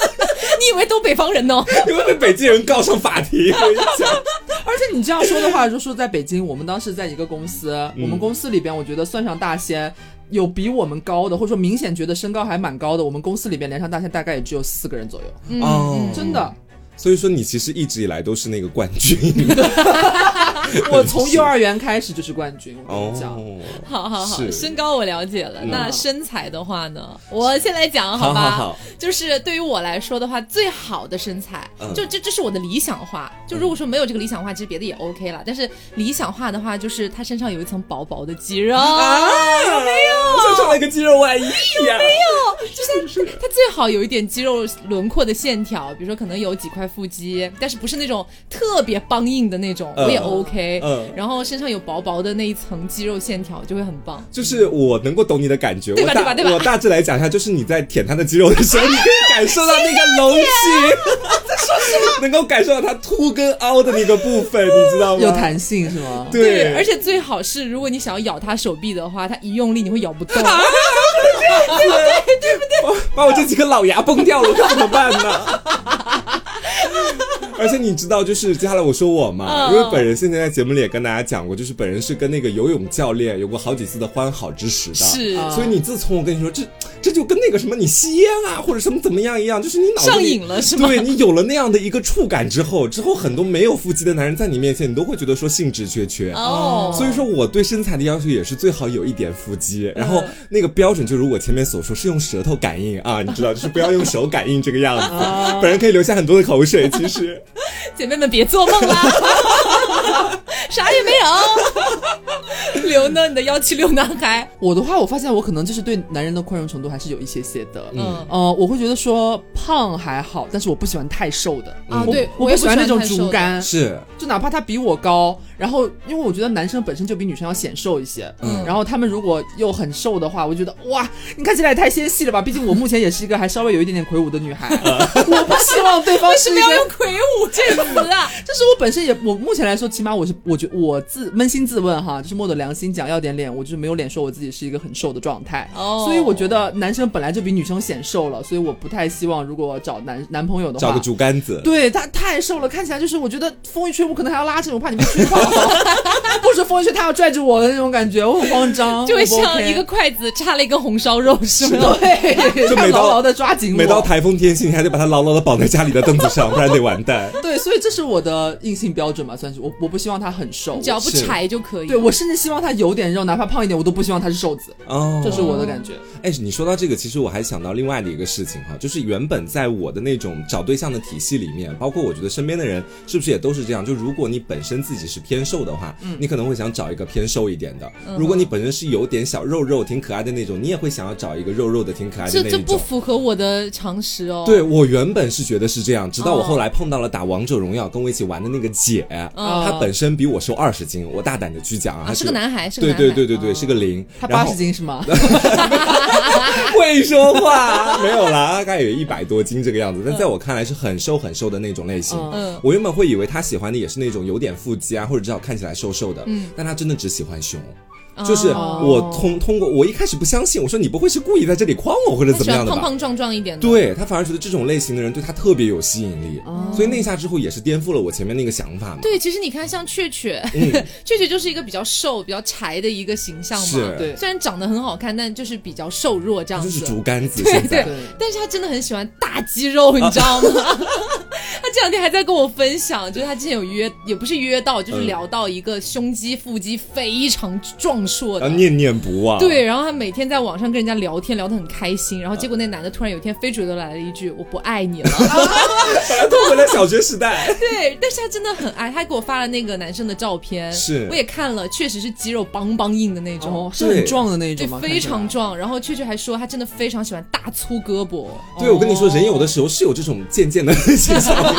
Speaker 1: 你以为都北方人
Speaker 2: [LAUGHS]
Speaker 1: 呢？
Speaker 2: 你会被北京人告上法庭。
Speaker 3: [LAUGHS]
Speaker 2: 我跟你讲，
Speaker 3: 而且你这样说的话，就说在北京，我们当时在一个公司，
Speaker 2: 嗯
Speaker 3: 我们公司里边，我觉得算上大仙。有比我们高的，或者说明显觉得身高还蛮高的，我们公司里边连上大仙大概也只有四个人左右，
Speaker 2: 哦，
Speaker 3: 真的。
Speaker 2: 所以说你其实一直以来都是那个冠军
Speaker 3: 我从幼儿园开始就是冠军，我
Speaker 2: 哦
Speaker 3: 跟你讲。。
Speaker 1: 好好好，
Speaker 2: 是
Speaker 1: 身高我了解了。
Speaker 2: 嗯
Speaker 1: 那身材的话呢，我先来讲吧。
Speaker 2: 好好好
Speaker 1: 就是对于我来说的话，最好的身材，
Speaker 2: 嗯
Speaker 1: 就这这是我的理想化。就如果说没有这个理想化，其实别的也 OK 了。但是理想化的话，就是他身上有一层薄薄的肌肉，
Speaker 2: 啊，有没有？我想穿了一个肌肉外衣啊呀、
Speaker 1: 就是他最好有一点肌肉轮廓的线条，比如说可能有几块腹肌，但是不是那种特别梆硬的那种，
Speaker 2: 嗯
Speaker 1: 我也 OK。
Speaker 2: 嗯
Speaker 1: 然后身上有薄薄的那一层肌肉线条，就会很棒。
Speaker 2: 就是我能够懂你的感觉，
Speaker 1: 对
Speaker 2: 我
Speaker 1: 吧
Speaker 2: 大
Speaker 1: 对吧对吧
Speaker 2: 我大致来讲一下，就是你在舔他的肌肉的时候，你可 [LAUGHS] 以感受到那个隆起， [LAUGHS] 能够感受到他凸跟凹的那个部分，你知道吗？
Speaker 3: 有弹性是吗？
Speaker 2: 对，
Speaker 1: 而且最好是，如果你想要咬他手臂的话，他一用力你会咬不
Speaker 3: [LAUGHS]
Speaker 1: 动。
Speaker 2: [LAUGHS] 把我这几颗老牙崩掉了，我该怎么办呢？ [LAUGHS] 而且你知道，就是接下来我说我嘛，
Speaker 1: 嗯
Speaker 2: 因为本人现在在节目里也跟大家讲过，就是本人是跟那个游泳教练有过好几次的欢好之时的。
Speaker 1: 是
Speaker 3: 啊
Speaker 2: 所以你自从我跟你说这这就跟那个什么你吸烟啊或者什么怎么样一样，就是你脑子里
Speaker 1: 上瘾了是吗
Speaker 2: 对你有了那样的一个触感之后，之后很多没有腹肌的男人在你面前，你都会觉得说兴致缺缺。
Speaker 3: 嗯
Speaker 1: 哦，
Speaker 2: 所以说我对身材的要求也是最好有一点腹肌，然后那个标准就如我前面所说，是用舌头感应啊，你知道，就是不要用手感应这个样子，本人可以流下很多的口水。其实，
Speaker 1: 姐妹们别做梦啦，
Speaker 3: [LAUGHS]
Speaker 1: 啥也没有。刘呢？你的幺七六男孩，
Speaker 3: 我的话，我发现我可能就是对男人的宽容程度还是有一些些的。
Speaker 1: 嗯
Speaker 3: 呃，我会觉得说胖还好，但是我不喜欢太瘦的。
Speaker 1: 啊，
Speaker 2: 嗯
Speaker 1: 对，
Speaker 3: 我
Speaker 1: 也
Speaker 3: 不喜欢那种竹
Speaker 1: 感。
Speaker 3: 竿，
Speaker 2: 是
Speaker 3: 就哪怕他比我高，然后因为我觉得男生本身就比女生要显瘦一些，
Speaker 1: 嗯
Speaker 3: 然后他们如果又很瘦的话，我觉得哇，你看起来也太纤细了吧？毕竟我目前也是一个还稍微有一点点魁梧的女孩， [LAUGHS] 我不希望对方
Speaker 1: 嗯为什
Speaker 3: 是一
Speaker 1: 么要
Speaker 3: 个
Speaker 1: 用。魁梧这个词啊？
Speaker 3: 就是我本身也，我目前来说，起码我是，我觉我自扪心自问哈，就是摸着良心讲，要点脸，我就是没有脸说我自己是一个很瘦的状态。
Speaker 1: 哦
Speaker 3: 所以我觉得男生本来就比女生显瘦了，所以我不太希望如果找男男朋友的话，
Speaker 2: 找个竹竿子，
Speaker 3: 对他太瘦了，看起来就是我觉得风一吹我可能还要拉着你，我怕你被吹跑，或者风一吹他要拽着我的那种感觉，我很慌
Speaker 1: [LAUGHS]
Speaker 2: 哦
Speaker 3: 张，
Speaker 1: 就会
Speaker 3: 我不
Speaker 1: 像
Speaker 3: OK
Speaker 1: 一个筷子插了一根红烧肉，是吗？
Speaker 3: [LAUGHS] 对，
Speaker 2: 就
Speaker 3: 他
Speaker 2: 每到
Speaker 3: 牢牢的抓紧我，
Speaker 2: 每到台风天气，你还得把它牢牢的绑在家里的凳子上，不然得完蛋。
Speaker 3: 对，所以这是我的硬性标准吧，算是我我不希望他很瘦
Speaker 1: 你，只要不
Speaker 2: 是
Speaker 1: 柴就可以。
Speaker 3: 对我甚至希望他有点肉，哪怕胖一点，我都不希望他是瘦子，
Speaker 2: 哦，
Speaker 3: 这是我的感觉。
Speaker 2: 哎，你说到这个，其实我还想到另外的一个事情哈，就是原本在我的那种找对象的体系里面，包括我觉得身边的人是不是也都是这样？就如果你本身自己是偏瘦的话，
Speaker 1: 嗯
Speaker 2: 你可能会想找一个偏瘦一点的；如果你本身是有点小肉肉、挺可爱的那种，你也会想要找一个肉肉的、挺可爱的
Speaker 1: 这
Speaker 2: 那一
Speaker 1: 这
Speaker 2: 种。
Speaker 1: 不符合我的常识哦。
Speaker 2: 对我原本是觉得是这样，直到我
Speaker 1: 哦
Speaker 2: 后来碰到了打王者荣耀跟我一起玩的那个姐，她本身比我瘦二十斤，我大胆的去讲啊，
Speaker 1: 哦啊，
Speaker 2: 她
Speaker 1: 是个男孩，是个
Speaker 2: 对
Speaker 1: 男孩。哦
Speaker 2: 对对对对，是个零，
Speaker 3: 他
Speaker 2: 然
Speaker 3: 八
Speaker 2: 后
Speaker 3: 十斤是吗？
Speaker 2: 会说话， [LAUGHS] 没有啦，大概有一百多斤这个样子，但在我看来是很瘦很瘦的那种类型。
Speaker 3: 嗯
Speaker 1: 嗯，
Speaker 2: 我原本会以为他喜欢的也是那种有点腹肌啊，或者至少看起来瘦瘦的，但他真的只喜欢胸。就是
Speaker 1: 哦
Speaker 2: 我通通过我一开始不相信，我说你不会是故意在这里诓我或者
Speaker 1: 他
Speaker 2: 怎
Speaker 1: 喜
Speaker 2: 么样
Speaker 1: 欢
Speaker 2: 的
Speaker 1: 胖
Speaker 2: 吧？
Speaker 1: 胖壮壮一点的。
Speaker 2: 对他反而觉得这种类型的人对他特别有吸引力，
Speaker 3: 哦
Speaker 2: 所以那一下之后也是颠覆了我前面那个想法嘛。
Speaker 1: 对，其实你看，像雀雀，
Speaker 2: 嗯
Speaker 1: [LAUGHS] 雀雀就是一个比较瘦、比较柴的一个形象嘛。
Speaker 2: 是
Speaker 3: 对
Speaker 1: 虽然长得很好看，但就是比较瘦弱这
Speaker 2: 他
Speaker 1: 样
Speaker 2: 就
Speaker 1: 子。
Speaker 2: 是竹竿子，
Speaker 1: 对
Speaker 2: 现在
Speaker 1: 对
Speaker 3: [LAUGHS]
Speaker 1: 但是他真的很喜欢大肌肉，你知道
Speaker 2: [LAUGHS]
Speaker 1: 吗？他这两天还在跟我分享，就是他之前有约，也不是约到，就是
Speaker 2: 嗯
Speaker 1: 聊到一个胸肌、腹肌非常壮硕的
Speaker 2: 然后。念念不忘。
Speaker 1: 对，，然后他每天在网上跟人家聊天，聊得很开心。然后结果那男的突然有一天非主流来了一句：“我不爱你
Speaker 2: [LAUGHS]
Speaker 1: 了。。
Speaker 2: [LAUGHS] 反而退回了小学时代”
Speaker 1: 对，但是他真的很爱，他还给我发了那个男生的照片，
Speaker 2: 是
Speaker 1: 我也看了，确实是肌肉邦邦硬的那种。
Speaker 3: 哦，是很
Speaker 2: 对
Speaker 3: 壮的那一
Speaker 1: 对
Speaker 3: 种吗？，
Speaker 1: 非常
Speaker 3: 看起来。
Speaker 1: 壮。然后雀雀还说，他真的非常喜欢大粗胳
Speaker 2: [LAUGHS]
Speaker 1: 膊。
Speaker 2: 对，我跟你说，
Speaker 3: 哦
Speaker 2: 人有的时候是有这种渐渐的倾向的，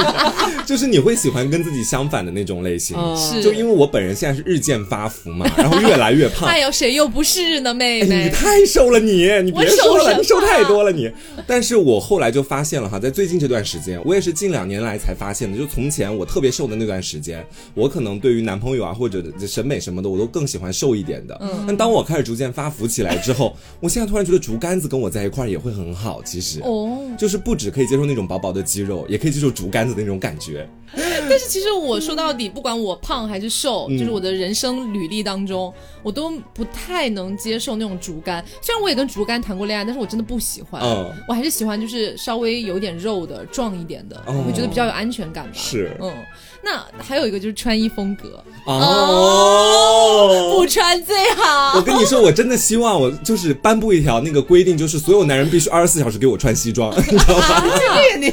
Speaker 2: [LAUGHS] 就是你会喜欢跟自己相反的那种类型。
Speaker 3: 嗯
Speaker 1: 是
Speaker 2: 就因为我本人现在是日渐发福嘛，然后越来
Speaker 1: [LAUGHS]
Speaker 2: 越胖。
Speaker 1: 哎呦，谁又不是呢，妹
Speaker 2: 哎，你
Speaker 1: 妹？
Speaker 2: 太瘦了你，你别说
Speaker 1: 我瘦什
Speaker 2: 了，
Speaker 1: 么
Speaker 2: 你瘦太多了你。但是我后来就发现了哈，在最近这段时间，我也是近两年来才发现的。就从前我特别瘦的那段时间，我可能对于男朋友啊或者审美什么的，我都更喜欢瘦一点的。
Speaker 1: 嗯
Speaker 2: 但当我开始逐渐发福起来之后，我现在突然觉得竹竿子跟我在一块儿也会很好，其实。
Speaker 1: 哦，
Speaker 2: 就是不只可以接受那种薄薄的肌肉，也可以接受竹竿子的那种感觉。
Speaker 1: 但是其实我说到底，不管我胖还是瘦，
Speaker 2: 嗯
Speaker 1: 就是我的人生履历当中，我都不太能接受那种竹竿。虽然我也跟竹竿谈过恋爱，但是我真的不喜欢。
Speaker 2: 嗯
Speaker 1: 我还是喜欢就是稍微有点肉的、壮一点的，
Speaker 2: 哦
Speaker 1: 我会觉得比较有安全感吧。
Speaker 2: 是
Speaker 1: 嗯。那还有一个就是穿衣风格，
Speaker 2: 哦
Speaker 1: 不穿最
Speaker 2: 我
Speaker 1: 好。
Speaker 2: 跟你说，我真的希望我就是颁布一条那个规定，就是所有男人必须二十四小时给我穿
Speaker 1: [LAUGHS]
Speaker 2: 西装，你知道
Speaker 1: 啊
Speaker 2: 吗？
Speaker 1: 你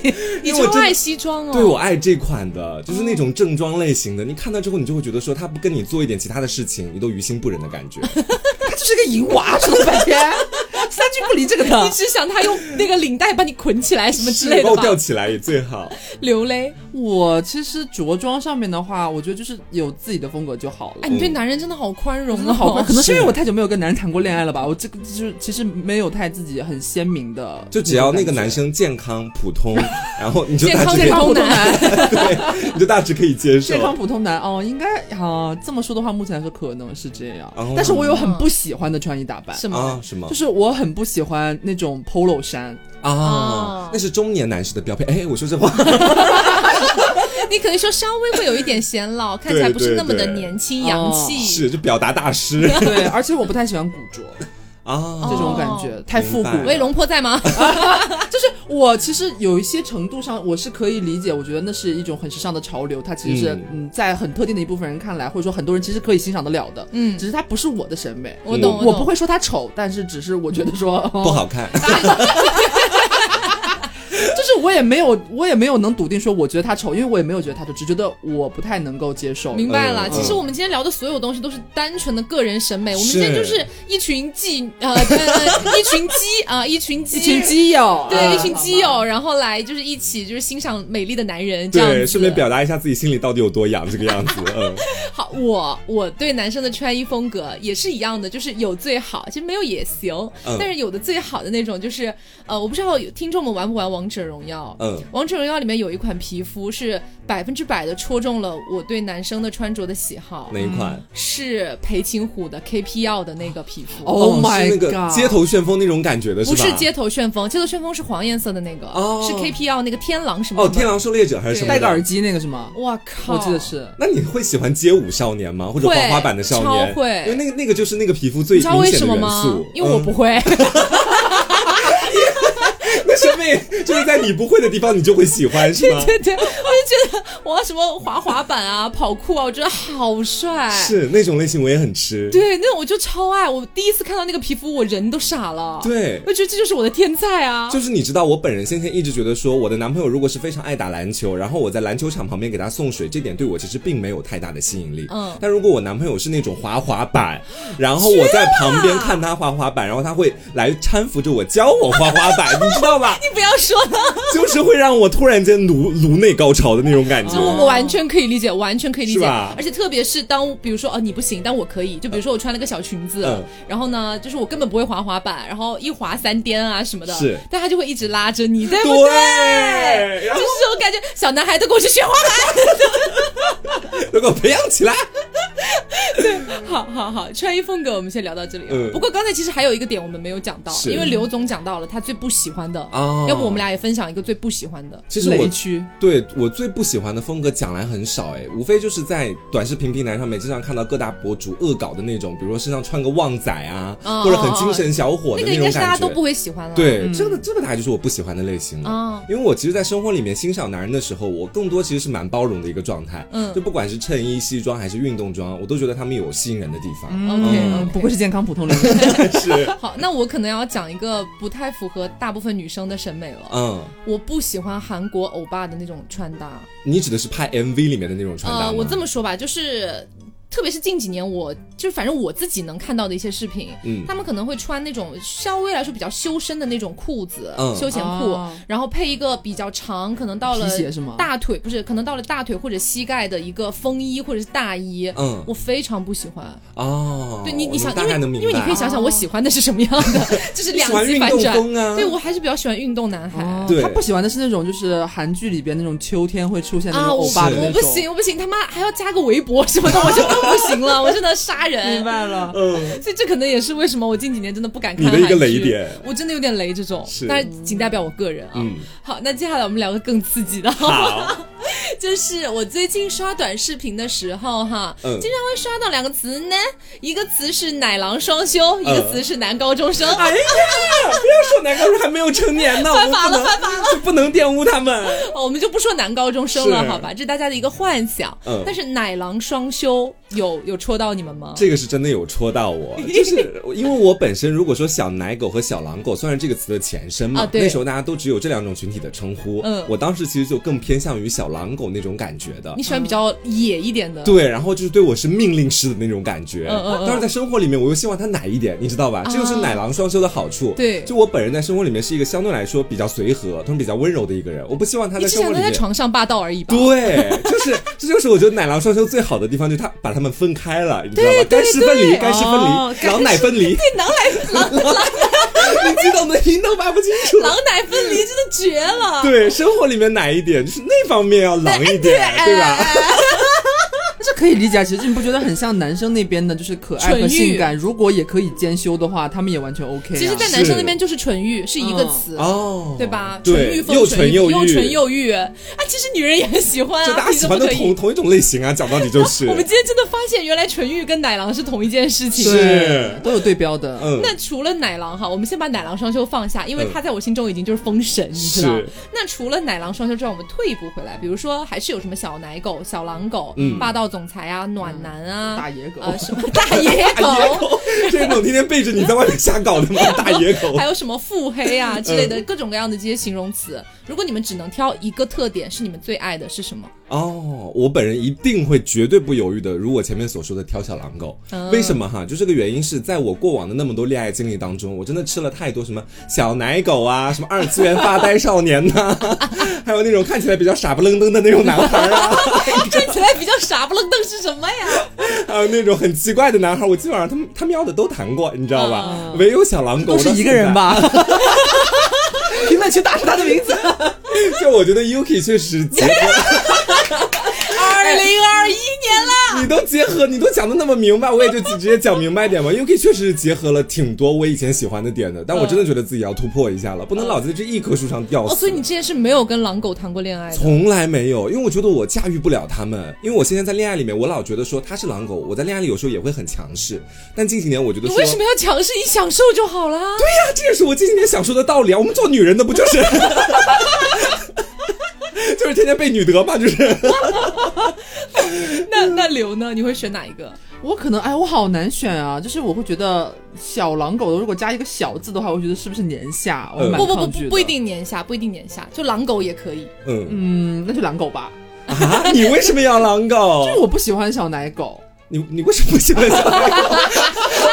Speaker 2: 因为我
Speaker 1: 超
Speaker 2: 真的
Speaker 1: 爱西装哦。
Speaker 2: 对，我爱这款的，就是那种正装类型的。你看到之后，你就会觉得说，他不跟你做一点其他的事情，你都于心不忍的
Speaker 1: [LAUGHS]
Speaker 2: 感觉。
Speaker 3: 他就是个淫娃，说了半天，三句不离这个
Speaker 1: 你
Speaker 2: 啊
Speaker 3: 的。
Speaker 1: 只想他用那个领带把你捆起来什么之类的
Speaker 2: 把我
Speaker 1: 吧
Speaker 2: 吊？起来也最好。
Speaker 1: 流泪。
Speaker 3: [LAUGHS] 我其实着装上面的话，我觉得就是有自己的风格就好了。
Speaker 1: 哎，你
Speaker 2: 嗯
Speaker 1: 对男人真的好宽容
Speaker 3: 很
Speaker 1: 哦，
Speaker 3: [LAUGHS] 好看，可能是
Speaker 2: 是
Speaker 3: 因为我太久没有跟男人谈过恋爱了吧，我这个就是其实没有太自己很鲜明的，
Speaker 2: 就只要那个男生健康普通，然后你就
Speaker 1: 健
Speaker 2: 大
Speaker 1: 康
Speaker 2: 致
Speaker 1: 健
Speaker 2: 可
Speaker 1: 康
Speaker 3: 普
Speaker 1: 普通
Speaker 3: 通男，
Speaker 2: 以，你就大致可以接受
Speaker 3: 健。康普通男哦，应该啊这么说的话，目前来说可能是这样
Speaker 2: 哦，
Speaker 3: 但是我有很不喜欢的穿衣打扮，
Speaker 1: 什么
Speaker 2: 啊？？什么
Speaker 3: 就？是我很不喜欢那种
Speaker 1: [LAUGHS]
Speaker 3: polo 衫，
Speaker 2: 啊
Speaker 1: 啊，
Speaker 2: 那是中年男士的标配。哎，我说这话，
Speaker 1: [LAUGHS] 你可以说稍微会有一点显老，看起来不是那么的年轻
Speaker 3: 对对
Speaker 1: 洋气。
Speaker 2: 是就表达大师
Speaker 1: [LAUGHS]
Speaker 3: 对，而且我不太喜欢古着
Speaker 1: 哦
Speaker 2: 啊，
Speaker 3: 这种感觉，太复古
Speaker 2: 明白
Speaker 3: 了。啊
Speaker 1: 喂，龙坡在
Speaker 2: [LAUGHS]
Speaker 1: 吗？
Speaker 3: 就是我其实有一些程度上我是可以理解，我觉得那是一种很时尚的潮流，它其实是
Speaker 2: 嗯
Speaker 3: 嗯在很特定的一部分人看来，或者说很多人其实可以欣赏得了的，
Speaker 1: 嗯
Speaker 3: 只是它不是我的审美，
Speaker 1: 我懂，
Speaker 3: 我不
Speaker 1: 懂。
Speaker 3: 会说它丑，但是只是我觉
Speaker 1: [LAUGHS]
Speaker 3: 得说哦
Speaker 2: 不，好看，
Speaker 3: 就是我也没有我也没有能笃定说我觉得它丑，因为我也没有觉得它丑，只觉得我不太能够接受。
Speaker 1: 明白了，
Speaker 2: 嗯
Speaker 1: 其实我们今天聊的所有东西都是单纯的个人审美，我们
Speaker 2: 是
Speaker 1: 今天就是一群鸡呃，
Speaker 2: [LAUGHS]
Speaker 1: 呃一群鸡啊，一群鸡，
Speaker 3: 一群基友，
Speaker 1: 对，
Speaker 2: 啊
Speaker 3: 嗯
Speaker 1: 一群基友，然后来就是一起就是欣赏美丽的男人这样子。
Speaker 2: 对，顺便表达一下自己心里到底有多痒，这个样子，嗯，
Speaker 1: 好，我我对男生的穿衣风格也是一样的，就是有最好，其实没有也行，
Speaker 2: 嗯
Speaker 1: 但是有的最好的那种就是，呃，我不知道有听众们玩不玩王者荣耀。
Speaker 2: 嗯
Speaker 1: 王者荣耀里面有一款皮肤是百分之百的戳中了我对男生的穿着的喜好
Speaker 2: 哪，一款？
Speaker 1: 是裴擒虎的 KP 药的那个皮肤，
Speaker 3: 哦 Oh
Speaker 2: 哦
Speaker 3: my
Speaker 2: 是那个
Speaker 3: God
Speaker 2: 街头旋风那种感觉的
Speaker 1: 不
Speaker 2: 吧？
Speaker 1: 是街头旋风，街头旋风是黄颜色的那个，
Speaker 2: 哦
Speaker 1: 是 KP 药那个天狼什么
Speaker 2: 哦，
Speaker 1: 什么
Speaker 2: 天，狼狩猎者还是什么？
Speaker 3: 戴个耳。机那个是吗？
Speaker 1: 哇靠，
Speaker 3: 我记得是。
Speaker 2: 那你会喜欢街舞少年吗？或者
Speaker 1: 会
Speaker 2: 滑滑板的少年？
Speaker 1: 超会
Speaker 2: 因为那个那个就是那个皮肤最
Speaker 1: 你
Speaker 2: 明
Speaker 1: 知道为
Speaker 2: 显
Speaker 1: 什么
Speaker 2: 的元
Speaker 1: 吗
Speaker 2: 素。？
Speaker 1: 因为我不
Speaker 2: 嗯，
Speaker 1: 会。
Speaker 2: 那说明 [LAUGHS] 就是在你不会的地方，你就会喜欢，是吗？
Speaker 1: [LAUGHS] 对对，我就觉得哇，什么滑滑板啊、跑酷啊，我觉得好帅。
Speaker 2: 是那种类型，我也很吃。
Speaker 1: 对，那我就超爱。我第一次看到那个皮肤，我人都傻了。，
Speaker 2: 对
Speaker 1: 我觉得这就是我的天才啊。
Speaker 2: 就是你知道，我本人先前一直觉得说，我的男朋友如果是非常爱打篮球，然后我在篮球场旁边给他送水，这点对我其实并没有太大的吸引力。
Speaker 1: 嗯
Speaker 2: 但如果我男朋友是那种滑滑板，然后我在旁边看他滑滑板，然后他会来搀扶着我教我滑滑板，你知道吧？
Speaker 1: 你不要说了，
Speaker 2: 就是会让我突然间颅颅内高潮的那种感觉。
Speaker 1: 我我完全可以理解，完全可以理
Speaker 2: 是
Speaker 1: 解
Speaker 2: 吧。
Speaker 1: 而且特别是当比如说哦你不行，但我可以。就比如说我穿了个小裙子，
Speaker 2: 嗯
Speaker 1: 然后呢，就是我根本不会滑滑板，然后一滑三颠啊什么的，
Speaker 2: 是
Speaker 1: 但他就会一直拉着你，对不对？
Speaker 2: 对，
Speaker 1: [LAUGHS]
Speaker 2: 然
Speaker 1: 就
Speaker 2: 后
Speaker 1: 是这种感觉，小男孩都给我去学滑板。 [LAUGHS]
Speaker 2: 能够培养起来。
Speaker 1: 好好好，穿衣风格我们先聊到这里啊、
Speaker 2: 嗯
Speaker 1: 不过刚才其实还有一个点我们没有讲到，
Speaker 2: 是
Speaker 1: 因为刘总讲到了他最不喜欢的，
Speaker 2: 哦
Speaker 1: 要不我们俩也分享一个最不喜欢的。
Speaker 2: 其实
Speaker 3: 雷
Speaker 2: 我
Speaker 3: 区，
Speaker 2: 对我最不喜欢的风格讲来很少哎，无非就是在短视频平台上面经常看到各大博主恶搞的那种，比如说身上穿个旺仔啊，
Speaker 1: 哦
Speaker 2: 或者很精神小伙的
Speaker 1: 那个应该
Speaker 2: 种
Speaker 1: 是大
Speaker 2: 感
Speaker 1: 家都
Speaker 2: 觉。
Speaker 1: 不会喜欢了。，
Speaker 2: 对，
Speaker 3: 嗯
Speaker 2: 这个这个大概就是我不喜欢的类型了。
Speaker 1: 啊
Speaker 2: 因为我其实，在生活里面欣赏男人的时候，我更多其实是蛮包容的一个状态。
Speaker 1: 嗯
Speaker 2: 就不管是衬衣、西装还是运动装，我都觉得他们有吸引人的地方。
Speaker 1: 嗯
Speaker 2: 嗯
Speaker 1: OK，OK
Speaker 3: 不愧是健康普通人。
Speaker 2: 是，
Speaker 1: 好，那我可能要讲一个不太符合大部分女生的审美了。
Speaker 2: 嗯，
Speaker 1: 我不喜欢韩国欧巴的那种穿搭。
Speaker 2: 你指的是拍 MV 里面的那种穿搭吗？
Speaker 1: 呃，我这么说吧，就是。特别是近几年我，就是反正我自己能看到的一些视频，
Speaker 2: 嗯
Speaker 1: 他们可能会穿那种稍微来说比较修身的那种裤子，
Speaker 2: 嗯
Speaker 1: 休闲裤，
Speaker 3: 哦
Speaker 1: 然后配一个比较长，可能到了
Speaker 3: 皮鞋是吗
Speaker 1: 大腿不是，可能到了大腿或者膝盖的一个风衣或者是大衣，
Speaker 2: 嗯
Speaker 1: 我非常不喜欢。
Speaker 2: 哦，
Speaker 1: 对你，
Speaker 2: 我
Speaker 1: 你
Speaker 2: 能
Speaker 1: 想，
Speaker 2: 大概
Speaker 1: 因
Speaker 2: 能
Speaker 1: 为
Speaker 2: 明
Speaker 1: 因为你
Speaker 2: 白
Speaker 1: 可以想想我喜欢的是什么样的，就是两
Speaker 2: 喜欢
Speaker 1: 极
Speaker 2: 运
Speaker 1: 反
Speaker 2: 动
Speaker 1: 转。
Speaker 2: 风啊，
Speaker 1: 对我还是比较喜欢运动男孩。
Speaker 3: 嗯哦
Speaker 2: 对
Speaker 3: 他不喜欢的是那种就是韩剧里边那种秋天会出现那
Speaker 1: 啊，
Speaker 3: 种
Speaker 1: 我
Speaker 3: 欧巴的
Speaker 1: 我
Speaker 3: 那
Speaker 1: 不
Speaker 3: 种。
Speaker 1: 行，我不行，他妈还要加个围脖什么的，我
Speaker 3: [LAUGHS]
Speaker 1: 就更不行了，我真的杀人。
Speaker 3: 明白了。
Speaker 2: 嗯。
Speaker 1: 所以这可能也是为什么我近几年真的不敢看
Speaker 2: 你的一个
Speaker 1: 韩
Speaker 2: 雷
Speaker 1: 剧
Speaker 2: 点
Speaker 1: 我真的有点雷这种，
Speaker 2: 是
Speaker 1: 但是仅代表我个人啊。
Speaker 2: 嗯
Speaker 1: 好，那接下来我们聊个更刺激的，
Speaker 2: 好，
Speaker 1: [LAUGHS] 就是我最近刷短视频的时候哈，
Speaker 2: 嗯
Speaker 1: 经常会刷到两个词呢，一个词是奶狼双休，一
Speaker 2: 嗯
Speaker 1: 个词是男高中生。
Speaker 2: 哎呀，不要说男高中还没有成年呢，
Speaker 1: 犯法了
Speaker 2: 我们不能
Speaker 1: 犯法了，
Speaker 2: 就不能玷污他们。
Speaker 1: 哦我们就不说男高中生了，
Speaker 2: 是
Speaker 1: 好吧？这是大家的一个幻想。
Speaker 2: 嗯
Speaker 1: 但是奶狼双休有有戳到你们吗？
Speaker 2: 这个是真的有戳到
Speaker 1: [LAUGHS]
Speaker 2: 我，就是因为我本身如果说小奶狗和小狼狗算是这个词的前身嘛，
Speaker 1: 啊对
Speaker 2: 那时候大家都只有这两种群体的称呼。
Speaker 1: 嗯
Speaker 2: 我当时其实就更偏向于小狼狗那种感觉的
Speaker 1: 你。喜欢比较野一点的？
Speaker 2: 对，然后就是对我是命令式的那种感觉。
Speaker 1: 嗯嗯嗯
Speaker 2: 但是在生活里面，我又希望它奶一点，你知道吧？这就是奶狼双修的好处。
Speaker 1: 对
Speaker 2: 就我本人在生活里面是一个相对来说比较随和，同时比较温柔的一个人。我不希望他
Speaker 1: 你
Speaker 2: 在
Speaker 1: 只
Speaker 2: 生活
Speaker 1: 想
Speaker 2: 里
Speaker 1: 他在
Speaker 2: 面
Speaker 1: 床上霸道而已吧？
Speaker 2: 对，
Speaker 1: [LAUGHS]
Speaker 2: 就是这就是我觉得奶狼双修最好的地方，就是他把他们分开了，你知道吧？
Speaker 1: 对
Speaker 2: 干湿分离，干湿分
Speaker 3: 哦
Speaker 2: 离，狼奶分离，
Speaker 1: 对，狼来狼
Speaker 2: 你激动的音都发不清楚。
Speaker 1: 狼奶分离真的绝了。 [LAUGHS] 哎
Speaker 2: 对，生活里面奶一点，就是那方面要狼一点，对吧？
Speaker 1: 这
Speaker 3: 可以理解啊，其实你不觉得很像男生那边的，就是可爱
Speaker 1: 蠢
Speaker 3: 和
Speaker 1: 欲
Speaker 3: 性感，如果也可以兼修的话，他们也完全 OK 啊、
Speaker 1: 其实，在男生那边就是纯欲，是一个
Speaker 3: 嗯
Speaker 1: 词。
Speaker 2: 哦，
Speaker 1: 哎对吧？纯欲
Speaker 2: 对，
Speaker 1: 风
Speaker 2: 又纯
Speaker 1: 又
Speaker 2: 欲，
Speaker 1: 纯又欲。啊，其实女人也很喜欢
Speaker 2: 就
Speaker 1: 啊，
Speaker 2: 大家
Speaker 1: 你
Speaker 2: 喜
Speaker 1: 怎么
Speaker 2: 欢
Speaker 1: 可
Speaker 2: 的
Speaker 1: 以
Speaker 2: 同同一种类型啊，讲到底就是
Speaker 1: [LAUGHS] 我们今天真的发现，原来纯欲跟奶狼是同一件事情。
Speaker 2: 是
Speaker 3: 都有对标的。
Speaker 2: 嗯，
Speaker 1: 那除了奶狼哈，我们先把奶狼双修放下，因为
Speaker 2: 嗯
Speaker 1: 他在我心中已经就是封神，你知道
Speaker 2: 是。
Speaker 1: 那除了奶狼双修之外，我们退一步回来，比如说还是有什么小奶狗、小狼狗、
Speaker 2: 嗯
Speaker 1: 霸道总裁啊、暖男啊、
Speaker 3: 大哦野
Speaker 1: [LAUGHS]
Speaker 3: 狗
Speaker 1: 呃什么大野
Speaker 2: 哎野
Speaker 1: 狗，
Speaker 2: 狗， [LAUGHS] 这种天天背着你在外面瞎搞的
Speaker 1: [LAUGHS]
Speaker 2: 吗？大野狗
Speaker 1: 还有什么腹黑啊之类的各种各样的这些形容 [LAUGHS] 词。如果你们只能挑一个特点是你们最爱的，是什 [LAUGHS] 么？
Speaker 2: 哦，我本人一定会绝对不犹豫的，如我前面所说的挑小狼狗。
Speaker 1: 嗯
Speaker 2: 为什么哈？就这个原因是在我过往的那么多恋爱经历当中，我真的吃了太多什么小奶狗啊，什么二次元发呆少年
Speaker 3: [LAUGHS]
Speaker 2: 呐、还有那种看起来比较傻不愣登的那种男孩啊，
Speaker 3: [LAUGHS]
Speaker 1: 看起来比较傻不愣登是什么呀？
Speaker 2: 还有那种很奇怪的男孩，我基本上他们他喵的都谈过，你知道吧？唯有小狼狗
Speaker 3: 嗯都是一个人。吧？ [LAUGHS] 评论区打出他的名字。
Speaker 2: [LAUGHS]
Speaker 3: [LAUGHS]
Speaker 2: 就我觉得 Yuki 确实结婚。
Speaker 1: 二零二一年啦，
Speaker 2: [LAUGHS] 你都结合，你都讲的那么明白，我也就直接讲明白点嘛。UK 确实结合了挺多我以前喜欢的点的，但我真的觉得自己要突破一下了，不能老在这一棵树上吊
Speaker 1: 哦，
Speaker 2: 死。
Speaker 1: 所以你之前是没有跟狼狗谈过恋爱的。
Speaker 2: 从来没有，因为我觉得我驾驭不了他们。因为我现在在恋爱里面，我老觉得说他是狼狗，我在恋爱里有时候也会很强势。但近几年我觉得
Speaker 1: 你
Speaker 2: 说，
Speaker 1: 为什么要强势？你享受就好啦。
Speaker 2: 对呀、 [LAUGHS] 这也是我近几年想说的道理啊。我们做女人的不就是， [LAUGHS] 就是天天被女德嘛，就是。
Speaker 1: 那那刘呢？你会选哪一个？
Speaker 3: 我可能哎，我好难选啊，就是我会觉得小狼狗的，如果加一个小字的话，我觉得是不是年下？我
Speaker 2: 呃
Speaker 3: 蛮
Speaker 1: 不不不
Speaker 3: 抗拒
Speaker 1: 不
Speaker 3: 的
Speaker 1: 不一。定年下，不一定年下，就狼狗也可以。
Speaker 2: 嗯
Speaker 3: 嗯，那就狼狗吧。
Speaker 2: 啊，你为什么要狼狗？
Speaker 3: 就是我不喜欢小奶狗，
Speaker 2: 你你为什么不喜欢小奶狗？ [LAUGHS]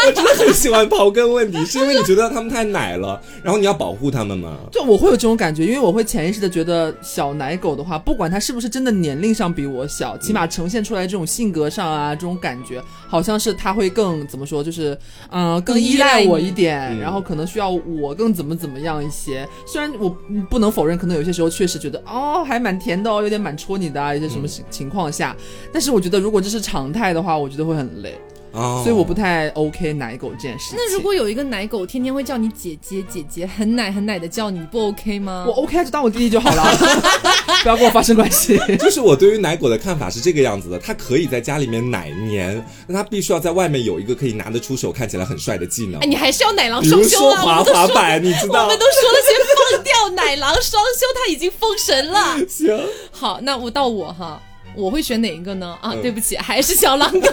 Speaker 2: 我真的很喜欢刨根问底，是因为你觉得他们太奶了，然后你要保护他们吗？
Speaker 3: 就我会有这种感觉，因为我会潜意识的觉得小奶狗的话，不管它是不是真的年龄上比我小，起码呈现出来这种性格上啊，这种感觉，好像是它会更怎么说，就是嗯、呃更
Speaker 1: 更依
Speaker 3: 依赖
Speaker 1: 赖
Speaker 3: 我
Speaker 1: 你
Speaker 3: 一点，
Speaker 2: 嗯
Speaker 3: 然后可能需要我更怎么怎么样一些。虽然我嗯不能否认，可能有些时候确实觉得哦还蛮甜的哦，有点蛮戳你的啊，一些什么情情况下，但是我觉得如果这是常态的话，我觉得会很累，
Speaker 2: 啊、
Speaker 3: 所以我不太 OK 奶狗这件事情。
Speaker 1: 那如果有一个奶狗天天会叫你姐姐姐姐，很奶很奶的叫你，不 OK 吗？
Speaker 3: 我 OK 啊就当我弟弟就好了， [LAUGHS] 不要跟我发生关系。
Speaker 2: 就是我对于奶狗的看法是这个样子的，它可以在家里面奶黏，那它必须要在外面有一个可以拿得出手、看起来很帅的技能
Speaker 1: 哎，，你还是要奶狼
Speaker 2: 比
Speaker 1: 双
Speaker 2: 如
Speaker 1: 修
Speaker 2: 说
Speaker 1: 啊！
Speaker 2: 滑
Speaker 1: 我们都
Speaker 2: 滑
Speaker 1: 说，
Speaker 2: 板，你知
Speaker 1: 我
Speaker 2: 道
Speaker 1: 们？都说了先放掉奶狼双修，他已经封神了。
Speaker 2: 行，
Speaker 1: 好，那我到我哈，我会选哪一个呢？啊，
Speaker 2: 嗯
Speaker 1: 对不起，还是小狼狗，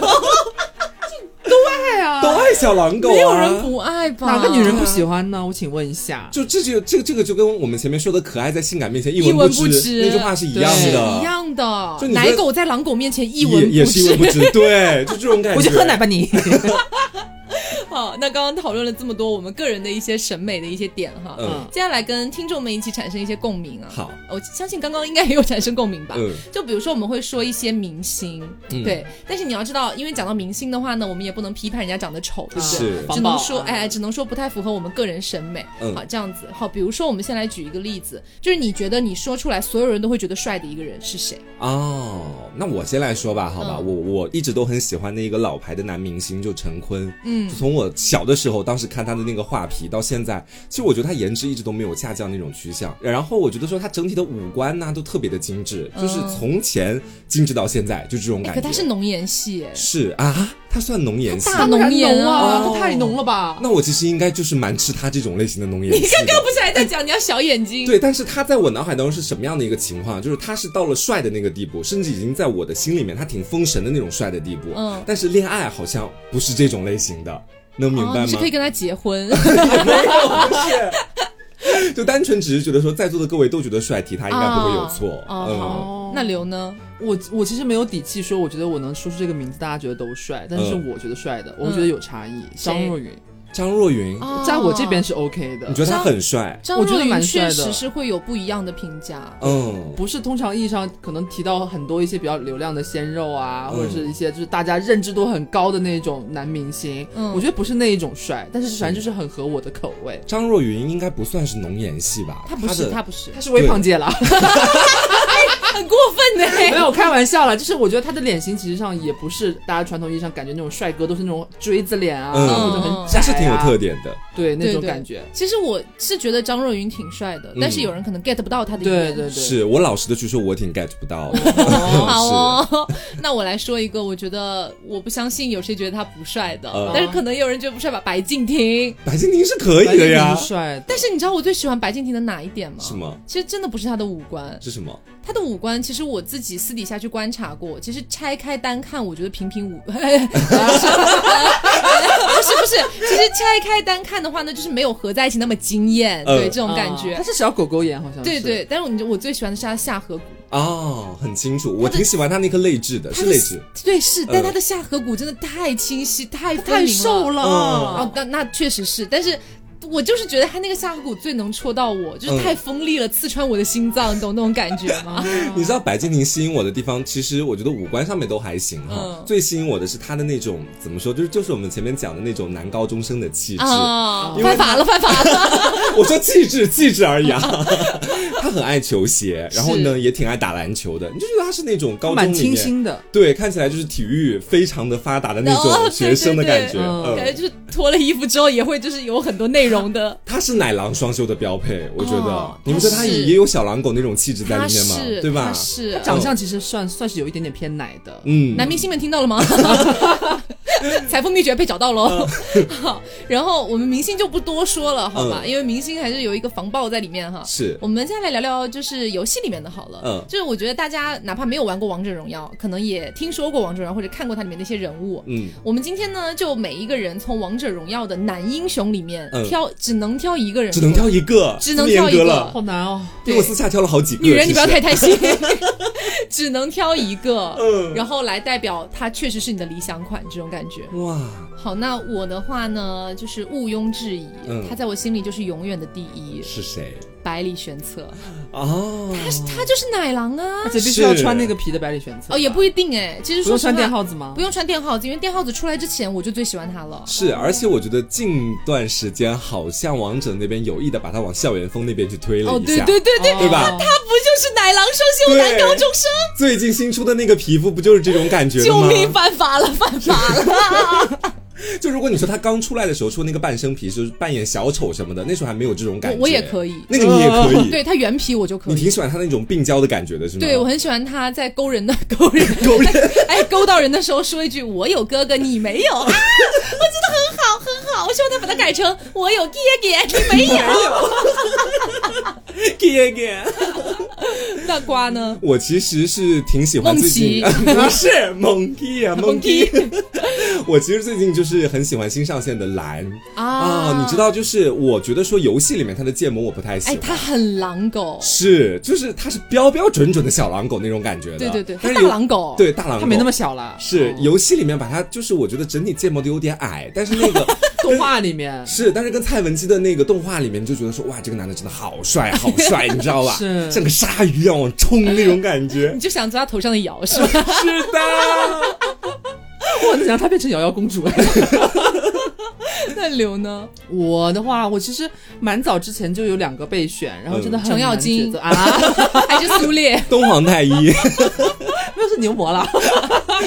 Speaker 3: 对啊
Speaker 2: 都爱小狼狗、啊，
Speaker 1: 没有人不爱吧？
Speaker 3: [LAUGHS] 哪个女人不喜欢呢？我请问一下。
Speaker 2: 就这就这个这个就跟我们前面说的可爱在性感面前一
Speaker 1: 一
Speaker 2: 文
Speaker 1: 文不
Speaker 2: 值
Speaker 1: 值
Speaker 2: 那句话是一样
Speaker 1: 是
Speaker 2: 的，
Speaker 1: 一样的
Speaker 2: 就，你
Speaker 1: 奶
Speaker 2: 在
Speaker 1: 狗在狼狗面前一文
Speaker 2: 也也是一文
Speaker 1: 不
Speaker 2: 不值，对，就这种感觉。
Speaker 3: 我去喝奶吧你。
Speaker 1: 好，那刚刚讨论了这么多我们个人的一些审美的一些点哈，
Speaker 2: 嗯
Speaker 1: 接下来跟听众们一起产生一些共鸣啊。
Speaker 2: 好，
Speaker 1: 我相信刚刚应该也有产生共鸣吧。
Speaker 2: 嗯
Speaker 1: 就比如说我们会说一些明星，
Speaker 2: 嗯
Speaker 1: 对，但是你要知道，因为讲到明星的话呢，我们也不能批判人家长得丑，对不对？
Speaker 2: 是
Speaker 3: 啊
Speaker 1: 只能说，哎，只能说不太符合我们个人审美。
Speaker 2: 嗯
Speaker 1: 好，这样子，好，比如说我们先来举一个例子，就是你觉得你说出来，所有人都会觉得帅的一个人是谁？
Speaker 2: 哦，那我先来说吧，好吧，
Speaker 1: 嗯
Speaker 2: 我我一直都很喜欢的一个老牌的男明星就陈坤，
Speaker 1: 嗯
Speaker 2: 就从我小的时候，当时看他的那个画皮到现在，其实我觉得他颜值一直都没有下降那种趋向，然后我觉得说他整体的五官呐、都特别的精致，就是
Speaker 1: 嗯
Speaker 2: 从前精致到现在，就这种
Speaker 1: 哎，
Speaker 2: 感
Speaker 1: 可
Speaker 2: 觉。
Speaker 1: 他是浓颜系，哎，
Speaker 2: 是啊，他算浓颜系。
Speaker 1: 大浓颜
Speaker 3: 啊
Speaker 1: 啊，
Speaker 3: 这太浓了吧？
Speaker 2: 那我其实应该就是蛮吃他这种类型的浓颜系
Speaker 1: 你
Speaker 2: 的。
Speaker 1: 刚刚不是还在讲你要小眼睛？
Speaker 2: 对，但是他在我脑海当中是什么样的一个情况？就是他是到了帅的那个地步，甚至已经在我的心里面，他挺封神的那种帅的地步。
Speaker 1: 嗯
Speaker 2: 但是恋爱好像不是这种类型的，能明白哦
Speaker 1: 哦、
Speaker 2: 吗？
Speaker 1: 你是
Speaker 2: [LAUGHS]
Speaker 1: 可以跟他结婚
Speaker 2: 没有，不是， [LAUGHS] 就单纯只是觉得说，在座的各位都觉得帅，提他应该不会有错。嗯。
Speaker 1: 哦，好， [LAUGHS] 那刘呢？
Speaker 3: 我我其实没有底气说，我觉得我能说出这个名字，大家觉得都帅，但是
Speaker 2: 嗯
Speaker 3: 我觉得帅的，我会觉得有差异。张若昀
Speaker 2: 张若昀，
Speaker 1: 哦
Speaker 3: 在我这边是 OK 的
Speaker 2: 你，觉得他
Speaker 1: 张
Speaker 2: 很帅？
Speaker 1: 张
Speaker 3: 我觉
Speaker 1: 若
Speaker 3: 得
Speaker 1: 昀
Speaker 3: 蛮帅
Speaker 1: 确
Speaker 3: 的
Speaker 1: 实是会有不一样的评价。
Speaker 2: 嗯，
Speaker 3: 不是通常意义上可能提到很多一些比较流量的鲜肉啊，
Speaker 2: 嗯
Speaker 3: 或者是一些就是大家认知度很高的那种男明星，
Speaker 1: 嗯
Speaker 3: 我觉得不是那一种帅，但是反正就是很合我的口味。
Speaker 2: 张若昀应该不算是浓颜系吧？
Speaker 1: 他不是，
Speaker 2: 的 [LAUGHS]
Speaker 1: 他不是，
Speaker 3: 他是微胖界了，
Speaker 1: 很过分呢、
Speaker 3: 没有开开玩笑了， [LAUGHS] 就是我觉得他的脸型其实上也不是大家传统意义上感觉那种帅哥都是那种锥子脸啊，
Speaker 2: 嗯
Speaker 3: 或者很
Speaker 2: 他
Speaker 3: 窄、啊，
Speaker 2: 是挺有特点的，
Speaker 3: 对那
Speaker 1: 对
Speaker 3: 种
Speaker 1: 对
Speaker 3: 感觉。
Speaker 1: 其实我是觉得张若昀挺帅的，但是有人可能 get 不到他的一
Speaker 3: 嗯对
Speaker 1: 面。
Speaker 3: 对对，
Speaker 2: 是我老实的去说，我挺 get 不到的。
Speaker 1: [LAUGHS] 好哦， [LAUGHS] 那我来说一个，我觉得我不相信有谁觉得他不帅的，
Speaker 2: 嗯
Speaker 1: 但是可能也有人觉得不帅吧。白敬亭，
Speaker 2: 白敬亭是可以的呀
Speaker 3: 蛮，帅的。
Speaker 1: 但是你知道我最喜欢白敬亭的哪一点吗？
Speaker 2: 是吗？
Speaker 1: 其实真的不是他的五官，
Speaker 2: 是什么？
Speaker 1: 他的五官其实我自己私底下去观察过，其实拆开单看，我觉得平平无， [LAUGHS] 呃不是不是不是，其实拆开单看的话呢，就是没有合在一起那么惊艳，
Speaker 2: 嗯
Speaker 1: 对这种感觉
Speaker 3: 哦他。是小狗狗眼，好像是
Speaker 1: 对，对，但是我我最喜欢的是他的下颌骨，
Speaker 2: 哦，很清楚，我挺喜欢他那颗泪痣的，是泪痣。
Speaker 1: 对是，但
Speaker 2: 嗯
Speaker 1: 他的下颌骨真的太清晰，太
Speaker 3: 太瘦
Speaker 1: 了。
Speaker 2: 嗯
Speaker 3: 了。
Speaker 1: 哦，那那确实是，但是我就是觉得他那个下颌骨最能戳到我，
Speaker 2: 嗯
Speaker 1: 就是太锋利了，刺穿我的心脏，你懂那种感觉
Speaker 2: [LAUGHS]
Speaker 1: 吗？
Speaker 2: 你知道白敬亭吸引我的地方，其实我觉得五官上面都还行哈、
Speaker 1: 嗯
Speaker 2: 最吸引我的是他的那种怎么说，就是就是我们前面讲的那种男高中生的气质。
Speaker 1: 啊，
Speaker 2: 因为
Speaker 1: 犯法了，犯法了。
Speaker 2: [LAUGHS] 我说气质，气质而
Speaker 1: [LAUGHS]
Speaker 2: 已啊。他很爱球鞋，然后呢也挺爱打篮球的，你就觉得他是那种高中
Speaker 3: 蛮
Speaker 2: 里
Speaker 3: 清
Speaker 2: 面嗯
Speaker 3: 新的，
Speaker 2: 对，看起来就是体育非常的发达的那
Speaker 1: 哦
Speaker 2: 种学生的感觉。
Speaker 1: 对对对
Speaker 3: 嗯
Speaker 1: 感觉就是脱了衣服之后也会就是有很多内容
Speaker 2: [LAUGHS]
Speaker 1: 的。
Speaker 2: 他是奶狼双修的标配，我觉得。
Speaker 1: 哦
Speaker 2: 你们说他
Speaker 1: 是
Speaker 2: 也有小狼狗那种气质在
Speaker 1: 他
Speaker 2: 里面吗
Speaker 1: 是，？
Speaker 2: 对
Speaker 1: 他
Speaker 2: 吧？
Speaker 1: 是。
Speaker 3: 长相其实算算是有一点点偏奶的。
Speaker 2: 嗯，
Speaker 1: 男明星们听到了吗？ [LAUGHS] 财富秘诀被找到喽。 [LAUGHS] 好，然后我们明星就不多说了，好吧？
Speaker 2: 嗯
Speaker 1: 因为明星还是有一个防爆在里面哈。
Speaker 2: 是
Speaker 1: 我们再来聊聊就是游戏里面的好了。
Speaker 2: 嗯
Speaker 1: 就是我觉得大家哪怕没有玩过王者荣耀，可能也听说过王者荣耀或者看过它里面的一些人物。
Speaker 2: 嗯，
Speaker 1: 我们今天呢，就每一个人从王者荣耀的男英雄里面
Speaker 2: 嗯
Speaker 1: 挑，只能挑一个人
Speaker 2: 只
Speaker 1: 说，
Speaker 2: 能挑一个，
Speaker 1: 只能
Speaker 2: 这么严
Speaker 1: 挑一
Speaker 2: 格
Speaker 1: 个
Speaker 2: 了。
Speaker 3: 好难哦，
Speaker 2: 因为我私下挑了好几个。
Speaker 1: 女人，你不要
Speaker 2: 其
Speaker 1: 太
Speaker 2: 实
Speaker 1: 贪心，
Speaker 2: [LAUGHS]
Speaker 1: 只能挑一个，
Speaker 2: 嗯
Speaker 1: 然后来代表它确实是你的理想款这种感觉。
Speaker 2: 哇，
Speaker 1: 好，那我的话呢，就是毋庸置疑，
Speaker 2: 嗯
Speaker 1: 他在我心里就是永远的第一，
Speaker 2: 是谁？
Speaker 1: 百里玄策，
Speaker 2: 哦，
Speaker 1: 他是他就是奶狼啊
Speaker 3: 而，且必须
Speaker 2: 是
Speaker 3: 要穿那个皮的百里玄策。
Speaker 1: 哦也不一定哎，其实
Speaker 3: 不
Speaker 1: 说
Speaker 3: 用
Speaker 1: 实话
Speaker 3: 穿电，耗子吗
Speaker 1: 不？用穿电耗子，因为电耗子出来之前我就最喜欢他了。
Speaker 2: 是，而且我觉得近段时间好像王者那边有意的把他往校园风那边去推了
Speaker 1: 哦，
Speaker 2: 一
Speaker 1: 对
Speaker 2: 下，
Speaker 1: 对对对，
Speaker 3: 哦
Speaker 2: 对吧
Speaker 1: 他不就是奶狼双修男
Speaker 2: 对
Speaker 1: 高中生？
Speaker 2: 最近新出的那个皮肤不就是这种感觉的
Speaker 1: 救
Speaker 2: 吗？
Speaker 1: 命，犯法了，犯法了！
Speaker 2: 就如果你说他刚出来的时候出那个半身皮，就是扮演小丑什么的，那时候还没有这种感
Speaker 1: 我
Speaker 2: 觉。
Speaker 1: 我也可以，
Speaker 2: 那个你也可以，
Speaker 1: 哦对他原皮我就可
Speaker 2: 你
Speaker 1: 以
Speaker 2: 挺。喜欢他那种病娇的感觉的，是吗？
Speaker 1: 对，我很喜欢他在勾人的 [LAUGHS] 勾人，
Speaker 2: 狗人。
Speaker 1: [LAUGHS] 哎，勾到人的时候说一句“我有哥哥，你没有”，啊，我觉得很好，很好。我希望他把它改成“我有爹爹，你没有
Speaker 2: [LAUGHS] 哥哥，”。
Speaker 1: [LAUGHS] 那瓜呢？
Speaker 2: 我其实是挺喜欢
Speaker 1: 梦
Speaker 2: 最
Speaker 1: 琪
Speaker 2: 近， [LAUGHS] 不是蒙蒂啊，蒙蒂。我其实最近就是很喜欢新上线的蓝
Speaker 1: 啊
Speaker 2: 啊，你知？道，就是我觉得说游戏里面他的建模我不太喜
Speaker 1: 哎，
Speaker 2: 欢。
Speaker 1: 他很狼狗，
Speaker 2: 是，就是他是标标准准的小狼狗那种感觉的，
Speaker 1: 对对对，他
Speaker 2: 但
Speaker 1: 大
Speaker 2: 是有
Speaker 1: 狼狗，，
Speaker 2: 对大狼狗，
Speaker 3: 他没那么小了，
Speaker 2: 是
Speaker 3: 哦
Speaker 2: 游戏里面把它，就是我觉得整体建模的有点矮，但是那
Speaker 1: [LAUGHS]
Speaker 2: 个
Speaker 3: 动画里面
Speaker 2: 是，但是跟蔡文姬的那个动画里面就觉得说，哇，这个男的真的好帅，好帅，你知道吧？
Speaker 3: 是
Speaker 2: 像个鲨鱼一样往冲那种感觉
Speaker 1: 你。就想抓他头上的摇是
Speaker 2: [LAUGHS]
Speaker 1: 吧？
Speaker 2: 是 [LAUGHS] 的，
Speaker 3: 我能想她变成瑶瑶公主。哎
Speaker 1: 那刘呢？
Speaker 3: [LAUGHS] 我的话，我其实蛮早之前就有两个备选，然后真的
Speaker 2: 嗯
Speaker 3: 很
Speaker 1: 程咬
Speaker 3: 难
Speaker 1: 金
Speaker 3: 抉择啊， [LAUGHS]
Speaker 1: 还是苏烈？
Speaker 2: 东皇太一，
Speaker 3: 没有是牛魔了，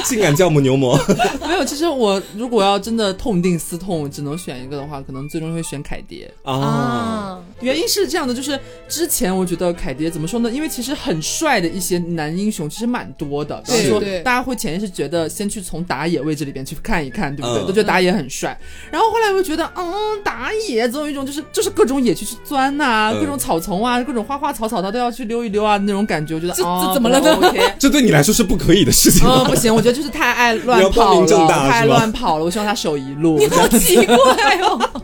Speaker 2: 性感教母牛魔，
Speaker 3: [LAUGHS] 没有。其实我如果要真的痛定思痛，只能选一个的话，可能最终会选凯蝶。
Speaker 2: [LAUGHS] 啊，
Speaker 1: 啊，
Speaker 3: 原因是这样的，就是之前我觉得凯蝶怎么说呢？因为其实很帅的一些男英雄其实蛮多的，
Speaker 2: 对
Speaker 3: 比如说
Speaker 1: 对
Speaker 3: 大家会潜意识觉得先去从打野位置里边去看一看，对不对？
Speaker 2: 嗯
Speaker 3: 都觉得打野很帅，然后后来我就觉得，嗯，打野总有一种就是就是各种野区去钻呐、
Speaker 2: 嗯
Speaker 3: 各种草丛啊，各种花花草草他都要去溜一溜啊那种感觉，我觉得
Speaker 1: 这
Speaker 3: 哦
Speaker 1: 这怎么了呢
Speaker 3: 不 OK
Speaker 1: [LAUGHS]
Speaker 2: 这对你来说是不可以的事情
Speaker 3: 嗯，
Speaker 2: 吗？
Speaker 3: 不行，我觉得就是太爱
Speaker 2: 你
Speaker 3: 乱
Speaker 2: 要光
Speaker 3: 跑
Speaker 2: 明
Speaker 3: 了，
Speaker 2: 正大
Speaker 3: 太爱
Speaker 2: 是吧
Speaker 3: 乱跑了。我希望他守一路，
Speaker 1: 你好奇怪哦。
Speaker 2: [LAUGHS]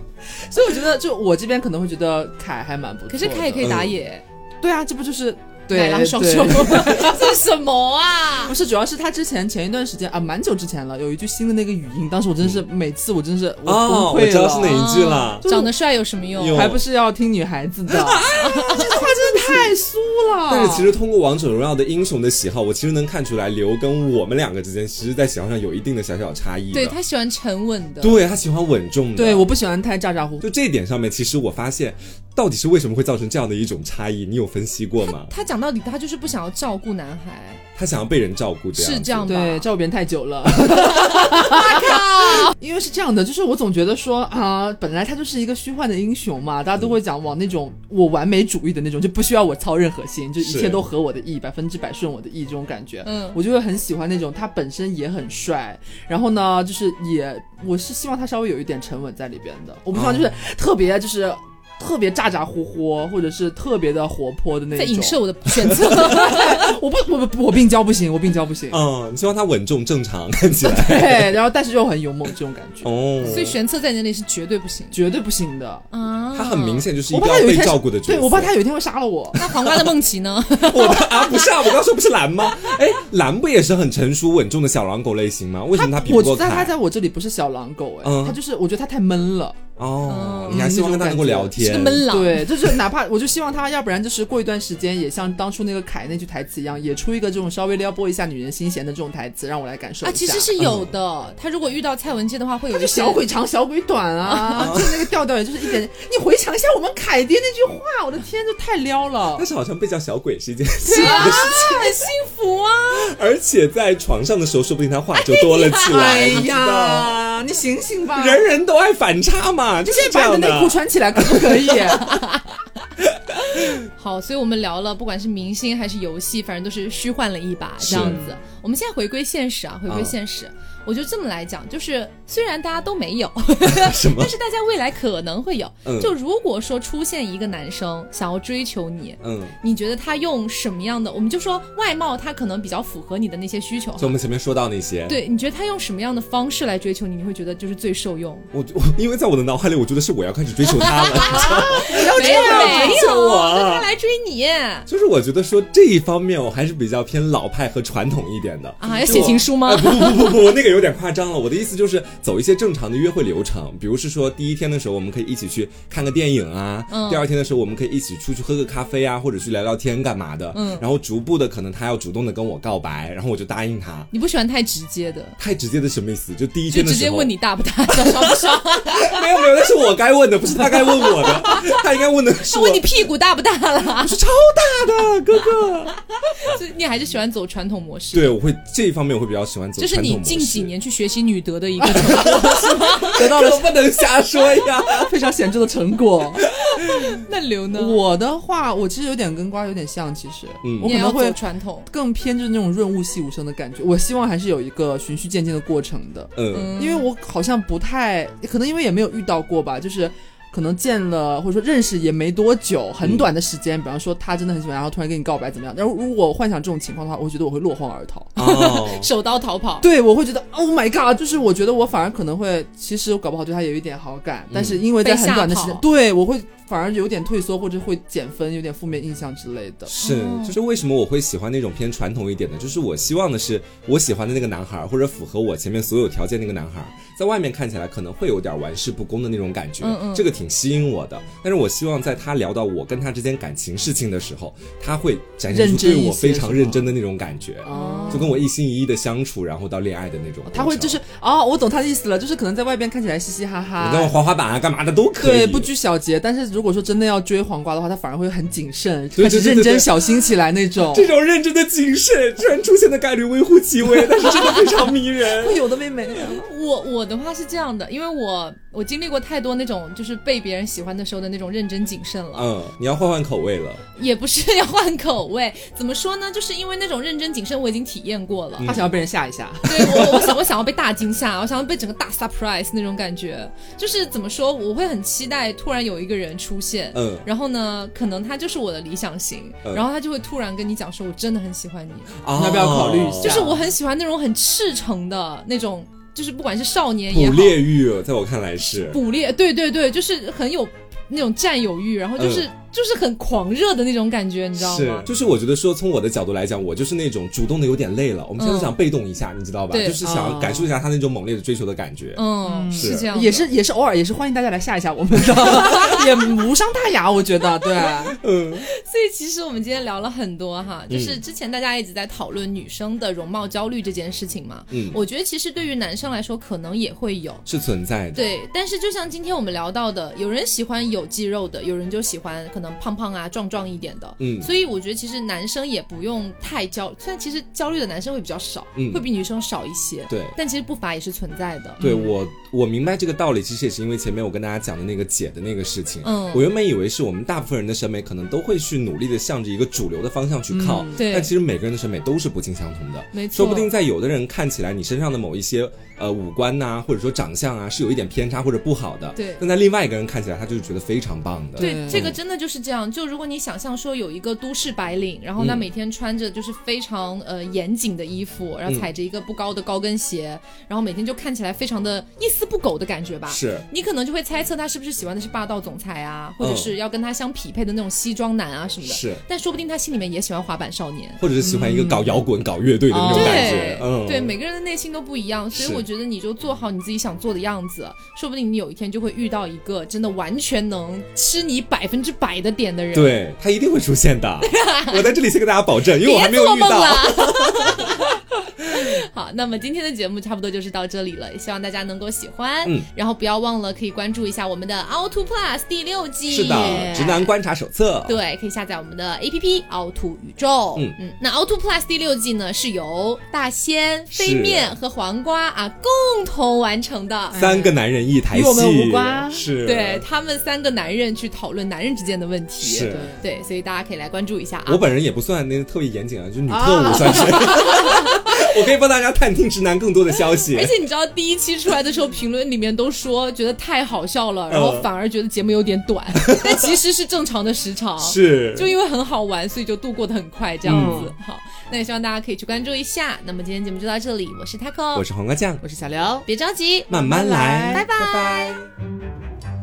Speaker 3: 所以我觉得，就我这边可能会觉得凯还蛮不错的。
Speaker 1: 可是他也可以打野，
Speaker 3: 对啊，这不就是
Speaker 1: 奶
Speaker 2: 嗯
Speaker 3: 对
Speaker 1: 狼双
Speaker 3: 对
Speaker 1: 修， [LAUGHS] 这是什么啊
Speaker 2: [LAUGHS]
Speaker 3: [LAUGHS] 不？是，主要是他之前前一段时间啊，蛮久之前了，有一句新的那个语音，当时我真是每次我真是我
Speaker 2: 哦，我
Speaker 3: 崩溃
Speaker 2: 知
Speaker 3: 了，
Speaker 2: 道是哪一句了。
Speaker 1: 长得帅有什么用？
Speaker 2: 有
Speaker 3: 还不是要听女孩
Speaker 2: [LAUGHS]
Speaker 3: 子的，啊这句话真的太酥了。
Speaker 2: 但是其实通过王者荣耀的英雄的喜好，我其实能看出来刘跟我们两个之间，其实在喜好上有一定的小小差异的。
Speaker 1: 对他喜欢沉稳的，
Speaker 2: 对他喜欢稳重的。
Speaker 3: 对，我不喜欢太咋咋呼呼。
Speaker 2: 就这一点上面，其实我发现到底是为什么会造成这样的一种差异？你有分析过吗？
Speaker 1: 他讲到底，他就是不想要照顾男孩，
Speaker 2: [LAUGHS] 他想要被人照顾，这样
Speaker 1: 是这样吧？
Speaker 3: 对，照顾别人太
Speaker 2: [LAUGHS]
Speaker 3: 久了。因为是这样的，就是我总觉得说啊，本来他就是一个虚幻的英雄嘛，大家
Speaker 2: 嗯
Speaker 3: 都会讲往那种我完美主义的那种，就不需要我操任何心，就一
Speaker 2: 是
Speaker 3: 切都合我的意，百分之百顺我的意这种感觉。
Speaker 1: 嗯
Speaker 3: 我就会很喜欢那种他本身也很帅，然后呢，就是也我是希望他稍微有一点沉稳在里边的，我不希望
Speaker 2: 哦
Speaker 3: 就是特别就是。特别咋咋呼呼，或者是特别的活泼的那
Speaker 1: 在
Speaker 3: 种。啊
Speaker 1: 影
Speaker 2: [LAUGHS]
Speaker 1: 射我的选择。
Speaker 3: 我不，我不，我病娇不行，我病娇不行。
Speaker 2: 嗯，你希望他稳重正常看
Speaker 3: [LAUGHS]
Speaker 2: 起来。
Speaker 3: 对，然后但是又很勇猛这种感觉，
Speaker 2: 哦，
Speaker 1: 所以玄策在你那里是绝对不行
Speaker 3: 绝对不行的。
Speaker 1: 啊！
Speaker 2: 哦他很明。显就是一
Speaker 3: 我
Speaker 2: 个
Speaker 3: 怕他
Speaker 2: 要
Speaker 3: 有一
Speaker 2: 被
Speaker 3: 天
Speaker 2: 照顾的角色。嗯
Speaker 3: 对我怕他有一天会杀了我。
Speaker 1: 那黄瓜的梦琪呢？
Speaker 2: 我的啊，不是啊，我刚说不是蓝吗？哎，蓝不也是很成熟稳重的小狼狗类型吗？为什么他比不
Speaker 3: 我
Speaker 2: 过
Speaker 3: 觉得他
Speaker 2: 凯？
Speaker 3: 在我这里不是小狼狗哎、
Speaker 2: 嗯
Speaker 3: 他就是我觉得他太闷了，
Speaker 2: 哦，
Speaker 1: 嗯
Speaker 2: 你还希望跟他能够聊
Speaker 1: 是 [LAUGHS]
Speaker 2: 天？
Speaker 1: 个闷狼。
Speaker 3: 对，就是哪怕我就希望他，要不然就是过一段时间也像当初那个凯那句台词一样，也出一个这种稍微撩拨一下女人心弦的这种台词，让我来感受一
Speaker 1: 啊，
Speaker 3: 下。
Speaker 1: 其实是有的。他如果遇到蔡文姬的话，会有
Speaker 3: 他
Speaker 1: 一些
Speaker 3: 就小鬼长小鬼短
Speaker 1: [LAUGHS]
Speaker 3: 啊，就那个调调也就是一点。你回想一下我们凯爹那句话，我的天，这太撩了
Speaker 2: 但。是好像被叫小鬼是一件幸福的
Speaker 1: [LAUGHS]
Speaker 2: 事
Speaker 1: 啊，很幸福啊！
Speaker 2: 情， [LAUGHS] 而且在床上的时候，说不定他话就多了起来。
Speaker 3: 哎
Speaker 2: 你知道，
Speaker 3: 呀，你醒醒吧！
Speaker 2: 人人都爱反差嘛，就
Speaker 3: 你
Speaker 2: 是
Speaker 3: 现在
Speaker 2: 这
Speaker 3: 把
Speaker 2: 样
Speaker 3: 你的内裤穿起来可不可以？
Speaker 1: 好，所以我们聊了，不管是明星还是游戏，反正都是虚幻了一把
Speaker 2: 是
Speaker 1: 这样子。我们现在回归现实啊，回归现实，我就这么来讲，就是虽然大家都没有， [LAUGHS]
Speaker 2: 什么
Speaker 1: 但？是大家未来可能会有。
Speaker 2: 嗯
Speaker 1: 就如果说出现一个男生想要追求你，
Speaker 2: 嗯，
Speaker 1: 你觉得他用什么样的？我们就说外貌，他可能比较符合你的那些需求哈
Speaker 2: 就我们前面说到那些，
Speaker 1: 对，你觉得他用什么样的方式来追求你？你会觉得就是最受用？
Speaker 2: 我我因为在我的脑海里，我觉得是我要开始追求他了，
Speaker 1: 没有没
Speaker 2: 追求
Speaker 1: 有，
Speaker 2: 我
Speaker 1: 让他来追你啊
Speaker 2: 就是我觉得说这一方面我还是比较偏老派和传统一点的
Speaker 1: 啊？要写情书吗
Speaker 2: 哎、？不不不不不，那个有点夸张了。我的意思就是走一些正常的约会流程，比如是说第一天的时候我们可以一起去看个电影啊，
Speaker 1: 嗯
Speaker 2: 第二天的时候我们可以一起出去喝个咖啡啊，或者去聊聊天干嘛的。
Speaker 1: 嗯
Speaker 2: 然后逐步的可能他要主动的跟我告白，然后我就答应他。
Speaker 1: 你不喜欢太直接的，
Speaker 2: 太直接的什么意思？就第一
Speaker 1: 就
Speaker 2: 天的哦
Speaker 1: 直
Speaker 2: 时候，
Speaker 1: 接问你大不大，小烧不
Speaker 2: [LAUGHS]
Speaker 1: 烧？
Speaker 2: 没有没有，那是我该问的，不是他该问我的，他应该问的是
Speaker 1: 他
Speaker 2: 我。
Speaker 1: 问你屁股大不大啦？
Speaker 2: 是超大的哥哥，
Speaker 1: [LAUGHS] 所以你还是喜欢走传统模式？
Speaker 2: 对，我会这一方面我会比较喜欢走
Speaker 1: 这是
Speaker 2: 传统
Speaker 1: 你
Speaker 2: 模式。
Speaker 1: 近几年去学习女德的一个
Speaker 2: [LAUGHS]
Speaker 3: 得到了
Speaker 2: 可不能瞎说呀。
Speaker 3: [LAUGHS] 非常显著的成果。
Speaker 1: 那流呢？
Speaker 3: 我的话，我其实有点跟瓜有点像，其实，
Speaker 2: 嗯
Speaker 3: 我
Speaker 1: 你
Speaker 3: 可
Speaker 1: 也要
Speaker 3: 能
Speaker 1: 走
Speaker 3: 会
Speaker 1: 传统，
Speaker 3: 更偏就是那种润物细无声的感觉。我希望还是有一个循序渐进的过程的，
Speaker 2: 嗯
Speaker 3: 因为我好像不太，可能因为也没有遇到过吧，就是。可能见了或者说认识也没多久，
Speaker 1: 嗯
Speaker 3: 很短的时间，比方说他真的很喜欢，然后突然跟你告白怎么样？然后如果我幻想这种情况的话，我觉得我会落荒而逃。 [LAUGHS]
Speaker 2: 哦，
Speaker 1: 手刀逃跑。
Speaker 3: 对，我会觉得 Oh my God，就是我觉得我反而可能会，其实我搞不好对他有一点好感，但是因为在
Speaker 1: 被
Speaker 3: 很
Speaker 1: 吓
Speaker 3: 短的时间
Speaker 1: 跑，
Speaker 3: 对我会反而有点退缩，或者会减分，有点负面印象之类的。
Speaker 2: 是
Speaker 1: 哦，
Speaker 2: 就是为什么我会喜欢那种偏传统一点的，就是我希望的是我喜欢的那个男孩儿，或者符合我前面所有条件那个男孩儿，在外面看起来可能会有点玩世不恭的那种感觉，
Speaker 1: 嗯嗯
Speaker 2: 这个挺吸引我的。但是我希望在他聊到我跟他之间感情事情的时候，他会展现出
Speaker 3: 认真
Speaker 2: 对
Speaker 3: 一
Speaker 2: 我
Speaker 3: 些
Speaker 2: 非常
Speaker 3: 是吗
Speaker 2: 认真的那种感觉，
Speaker 3: 哦
Speaker 2: 就跟我一心一意的相处，然后到恋爱的那种过程。
Speaker 3: 他会就是哦，我懂他的意思了，就是可能在外边看起来嘻嘻哈
Speaker 2: 你跟我
Speaker 3: 哈，
Speaker 2: 滑滑板啊干嘛的都可以，
Speaker 3: 对，不拘小节。但是如果说真的要追黄瓜的话，他反而会很谨慎，
Speaker 2: 对
Speaker 3: 开始
Speaker 2: 对对
Speaker 3: 认
Speaker 2: 对对
Speaker 3: 真小心起来那种。
Speaker 2: 这种认真的谨慎，虽然出现的概率微乎其微，但是真的非常迷人。
Speaker 3: [LAUGHS] [LAUGHS] 会有的妹妹，
Speaker 2: 嗯
Speaker 1: 我我的话是这样的，因为我我经历过太多那种就是被别人喜欢的时候的那种认真谨慎了，
Speaker 2: 嗯，你要换换口味了。
Speaker 1: 也不是要换口味。 [LAUGHS] 怎么说呢？就是因为那种认真谨慎我已经体验过
Speaker 2: 嗯
Speaker 1: 了。
Speaker 3: 他想要被人吓一吓。
Speaker 1: 对我，我想 [LAUGHS] 我想要被大惊吓，我想要被整个大 surprise 那种感觉，就是怎么说，我会很期待突然有一个人出现，
Speaker 2: 嗯
Speaker 1: 然后呢，可能他就是我的理想型，
Speaker 2: 嗯
Speaker 1: 然后他就会突然跟你讲说，我真的很喜欢你，
Speaker 2: 啊
Speaker 3: 要不要考虑一下
Speaker 1: 就是我很喜欢那种很赤诚的那种，就是不管是少年也
Speaker 2: 捕
Speaker 1: 好，
Speaker 2: 猎欲，在我看来是
Speaker 1: 捕猎，对对对，就是很有那种占有欲，然后就是就是很狂热的那种感觉，你知道
Speaker 2: 嗯是
Speaker 1: 吗，？嗯
Speaker 2: 就是我觉得说，从我的角度来讲，我就是那种主动的有点累了，我们现在
Speaker 1: 嗯
Speaker 2: 想被动一下，你知道吧？
Speaker 1: 对
Speaker 2: 就是
Speaker 3: 啊
Speaker 2: 想感受一下他那种猛烈的追求的感觉。
Speaker 1: 嗯，
Speaker 2: 是
Speaker 1: 是这样，
Speaker 3: 也是。也是偶尔也是欢迎大家来吓一吓我们的， [LAUGHS] 也无伤大雅，我
Speaker 2: [LAUGHS]
Speaker 3: 觉得对。
Speaker 1: 所以其实我们今天聊了很多哈，
Speaker 2: 嗯
Speaker 1: 就是之前大家一直在讨论女生的容貌焦虑这件事情嘛。
Speaker 2: 嗯
Speaker 1: 我觉得其实对于男生来说，可能也会有。
Speaker 2: 是存在的，
Speaker 1: 对，但是就像今天我们聊到的，有人喜欢有肌肉的，有人就喜欢可能胖胖啊、壮壮一点的。
Speaker 2: 嗯
Speaker 1: 所以我觉得其实男生也不用太焦，虽然其实焦虑的男生会比较少，
Speaker 2: 嗯
Speaker 1: 会比女生少一些。
Speaker 2: 对
Speaker 1: 但其实不乏也是存在的。
Speaker 2: 对我，我明白这个道理，其实也是因为前面我跟大家讲的那个姐的那个事情。
Speaker 1: 嗯
Speaker 2: 我原本以为是我们大部分人的审美可能都会去努力的向着一个主流的方向去靠，
Speaker 1: 嗯对
Speaker 2: 但其实每个人的审美都是不尽相同的。
Speaker 1: 没错
Speaker 2: 说不定在有的人看起来，你身上的某一些呃五官呐、或者说长相啊，是有一点偏差或者不好的。
Speaker 1: 对
Speaker 2: 但在另外一个人看起来，他就是觉得非常棒的。
Speaker 1: 对，
Speaker 3: 对
Speaker 1: 这个真的就是这样。就如果你想象说有一个都市白领，然后
Speaker 2: 嗯
Speaker 1: 他每天穿着就是非常呃严谨的衣服，然后踩着一个不高的高跟鞋，然后每天就看起来非常的一丝不苟的感觉吧。
Speaker 2: 是
Speaker 1: 你可能就会猜测他是不是喜欢的是霸道总裁啊，或者
Speaker 2: 嗯
Speaker 1: 是要跟他相匹配的那种西装男啊什么的。
Speaker 2: 是，
Speaker 1: 但说不定他心里面也喜欢滑板少年。
Speaker 2: 或者是喜欢一个搞摇滚、搞乐队的那种感觉
Speaker 1: 嗯对。，
Speaker 2: 嗯，
Speaker 1: 对，每个人的内心都不一样，所以
Speaker 2: 是
Speaker 1: 我觉得你就做好你自己想做的样子，说不定你有一天就会遇到一个真的完全能吃你百分之百的点的人。，
Speaker 2: 对他一定会出现的。我在这里先跟大家保证，因为我还
Speaker 1: 别
Speaker 2: 没有
Speaker 1: 做
Speaker 2: 遇
Speaker 1: 梦
Speaker 2: 到。
Speaker 1: 了。
Speaker 2: [LAUGHS]
Speaker 1: [LAUGHS] 好，那么今天的节目差不多就是到这里了，也希望大家能够喜欢，
Speaker 2: 嗯
Speaker 1: 然后不要忘了可以关注一下我们的《凹凸 Plus》第六季，
Speaker 2: 是的，直男观察手册。
Speaker 1: 哎对，可以下载我们的 A P P 凹凸宇宙。
Speaker 2: 嗯
Speaker 1: 嗯，那凹凸 Plus 第六季呢，是由大仙、飞
Speaker 2: 是
Speaker 1: 面和黄
Speaker 2: 嗯
Speaker 1: 瓜啊共同完成的。
Speaker 2: 三个男人一台
Speaker 3: 与我们无
Speaker 2: 戏
Speaker 3: 关，
Speaker 2: 是，
Speaker 1: 对他们三个男人去讨论男人之间的问题，
Speaker 2: 是。
Speaker 1: 对，所以大家可以来关注一下啊
Speaker 2: 我。本人也不算那个特别严谨啊，就是女
Speaker 1: 哦
Speaker 2: 特务算是。 [LAUGHS] 我可以帮大家探听直男更多的消息
Speaker 1: 而。且你知道第一期出来的时候，评论里面都说觉得太好笑
Speaker 2: [LAUGHS]
Speaker 1: 了，然
Speaker 2: 嗯
Speaker 1: 后反而觉得节目有点短，但其实是正常的时长。
Speaker 2: 是，
Speaker 1: 就因为很好玩，所以就度过的很快，这样子。
Speaker 2: 嗯
Speaker 1: 好，那也希望大家可以去关注一下。那么今天节目就到这里，我是 Taco，
Speaker 2: 我是黄瓜酱，
Speaker 3: 我是小刘，
Speaker 1: 别着急，
Speaker 2: 慢慢来，
Speaker 1: 拜拜
Speaker 2: 嗯拜拜